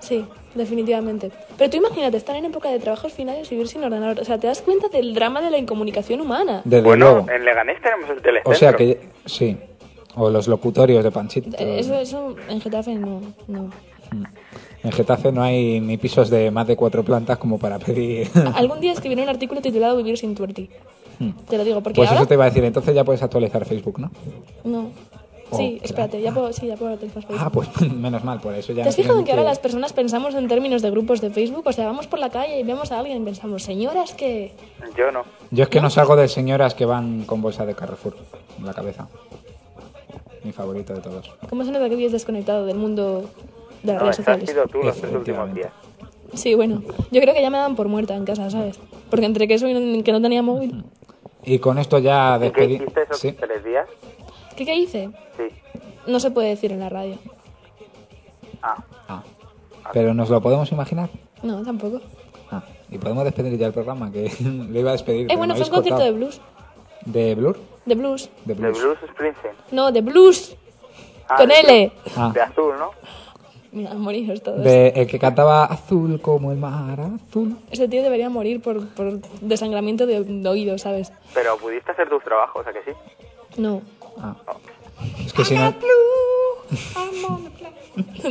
Speaker 3: Sí, definitivamente. Pero tú imagínate estar en época de trabajos finales y vivir sin ordenador. O sea, te das cuenta del drama de la incomunicación humana.
Speaker 2: Desde
Speaker 5: bueno,
Speaker 2: luego.
Speaker 5: en Leganés tenemos el telecentro.
Speaker 2: O sea que sí. O los locutorios de Panchito.
Speaker 3: Eh, Eso, eso en Getafe no, no.
Speaker 2: En Getafe no hay ni pisos de más de cuatro plantas como para pedir. Pues
Speaker 3: Algún día escribiré un artículo titulado Vivir sin tuerti.
Speaker 2: Hmm.
Speaker 3: Te lo digo, porque
Speaker 2: Pues eso
Speaker 3: ahora...
Speaker 2: te iba a decir, entonces ya puedes actualizar Facebook, ¿no?
Speaker 3: No. Sí,
Speaker 2: Oh,
Speaker 3: espérate, ya puedo, sí, ya puedo actualizar Facebook.
Speaker 2: Ah, pues menos mal, por eso ya.
Speaker 3: ¿Te has
Speaker 2: no
Speaker 3: fijado
Speaker 2: tienen
Speaker 3: en que ahora
Speaker 2: que-
Speaker 3: las personas pensamos en términos de grupos de Facebook? O sea, vamos por la calle y vemos a alguien y pensamos, señoras que...
Speaker 5: Yo no.
Speaker 2: Yo es que no salgo de señoras que van con bolsa de Carrefour en la cabeza. Mi favorito de todos.
Speaker 3: ¿Cómo se nota que vives desconectado del mundo de las
Speaker 5: No,
Speaker 3: redes
Speaker 5: ese has
Speaker 3: sociales?
Speaker 5: sido tú los tres últimos días.
Speaker 3: Sí, bueno, yo creo que ya me dan por muerta en casa, ¿sabes? Porque entre que eso y no- que no tenía móvil...
Speaker 2: Y con esto ya
Speaker 5: ¿Y qué
Speaker 2: despedí.
Speaker 5: hiciste esos tres días?
Speaker 3: ¿Qué, qué hice?
Speaker 5: Sí.
Speaker 3: No se puede decir en la radio.
Speaker 5: Ah.
Speaker 2: Pero nos lo podemos imaginar.
Speaker 3: No, tampoco. Eh,
Speaker 2: Ah, y podemos despedir ya el programa, que le iba a despedir.
Speaker 3: eh, bueno, fue un concierto de blues.
Speaker 2: de... ¿De Blur?
Speaker 3: De blues.
Speaker 2: De
Speaker 5: The
Speaker 2: Blues.
Speaker 5: Blues Springsteen.
Speaker 3: No, de blues. Con
Speaker 5: de-
Speaker 3: L.
Speaker 2: Ah.
Speaker 5: De azul, ¿no?
Speaker 3: Mira, moriros todos.
Speaker 2: De el que cantaba azul como el mar azul.
Speaker 3: Ese tío debería morir por, por desangramiento de, de oído, ¿sabes?
Speaker 5: Pero pudiste hacer tus trabajos, ¿a que sí?
Speaker 3: No.
Speaker 2: Es que si no,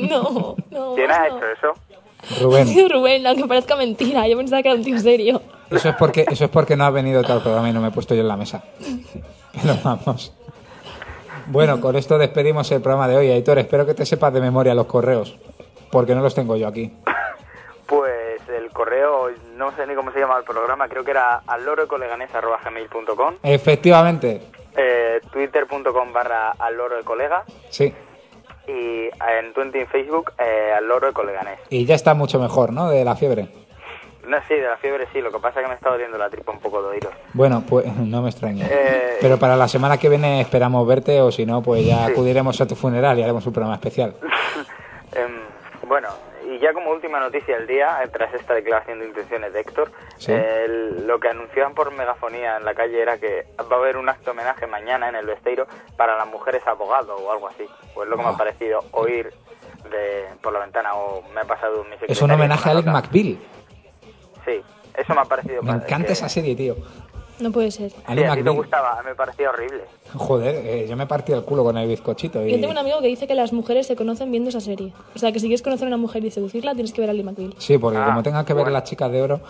Speaker 3: No, no.
Speaker 5: ¿Quién ha
Speaker 3: no.
Speaker 5: hecho eso?
Speaker 2: Rubén,
Speaker 3: Rubén, aunque parezca mentira, yo pensaba que era un tío serio.
Speaker 2: eso es porque eso es porque no ha venido tal programa y no me he puesto yo en la mesa. Pero vamos. Bueno, con esto despedimos el programa de hoy, Aitor. Espero que te sepas de memoria los correos, porque no los tengo yo aquí.
Speaker 5: Pues el correo, no sé ni cómo se llama el programa, creo que era allorocoleganes.com,
Speaker 2: Efectivamente,
Speaker 5: eh, twitter.com barra alloroecolega
Speaker 2: sí.
Speaker 5: y en Twenty en Facebook eh, alloroecoleganés.
Speaker 2: Y ya está mucho mejor, ¿no? De la fiebre.
Speaker 5: No, sí, de la fiebre sí, lo que pasa es que me está doliendo la tripa un poco de oído.
Speaker 2: Bueno, pues no me extraña.
Speaker 5: Eh,
Speaker 2: Pero para la semana que viene esperamos verte o si no, pues ya
Speaker 5: Sí.
Speaker 2: acudiremos a tu funeral y haremos un programa especial.
Speaker 5: Em, bueno, y ya como última noticia del día, eh, tras esta declaración de intenciones de Héctor, eh,
Speaker 2: Sí.
Speaker 5: el- lo que anunciaban por megafonía en la calle era que va a haber un acto homenaje mañana en el Besteiro para las mujeres abogados o algo así. Pues lo que me
Speaker 2: Ah.
Speaker 5: ha parecido oír de, por la ventana o me ha pasado
Speaker 2: Es
Speaker 5: mi
Speaker 2: un
Speaker 5: secretaria.
Speaker 2: homenaje a Alec McBeal.
Speaker 5: Sí, eso me ha parecido...
Speaker 2: Me encanta esa serie, tío.
Speaker 3: No puede ser.
Speaker 5: Sí,
Speaker 2: Alec
Speaker 5: a ti te
Speaker 2: McBeal.
Speaker 5: gustaba, me parecía horrible.
Speaker 2: Joder, eh, yo me partí el culo con el bizcochito.
Speaker 3: Yo
Speaker 2: Y...
Speaker 3: tengo un amigo que dice que las mujeres se conocen viendo esa serie. O sea, que si quieres conocer a una mujer y seducirla, tienes que ver a Lee McBeal.
Speaker 2: Sí, porque
Speaker 5: Ah,
Speaker 2: como tengan que ver las chicas de oro,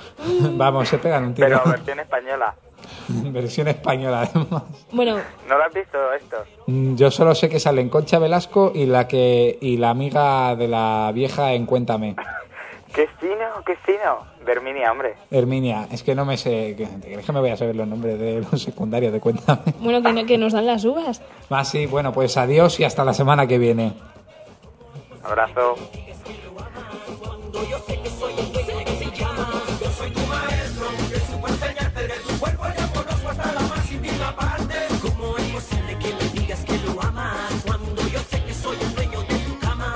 Speaker 3: Mm.
Speaker 2: vamos, se pegan un tiro.
Speaker 5: Pero versión española.
Speaker 2: Versión española, además.
Speaker 3: Bueno,
Speaker 5: ¿No lo has visto esto?
Speaker 2: Mm, Yo solo sé que salen Concha Velasco y la que y la amiga de la vieja en Cuéntame.
Speaker 5: ¡Qué fino, qué fino! Verminia, hombre.
Speaker 2: Herminia, es que no me sé. ¿Te crees que me voy a saber los nombres de los secundarios de Cuéntame?
Speaker 3: Bueno, que, no- que nos dan las uvas.
Speaker 2: Ah, sí, bueno, pues adiós y hasta la semana que viene.
Speaker 5: Abrazo.
Speaker 13: ¿Cómo es posible que me digas que lo amas cuando yo sé que soy el dueño de tu cama?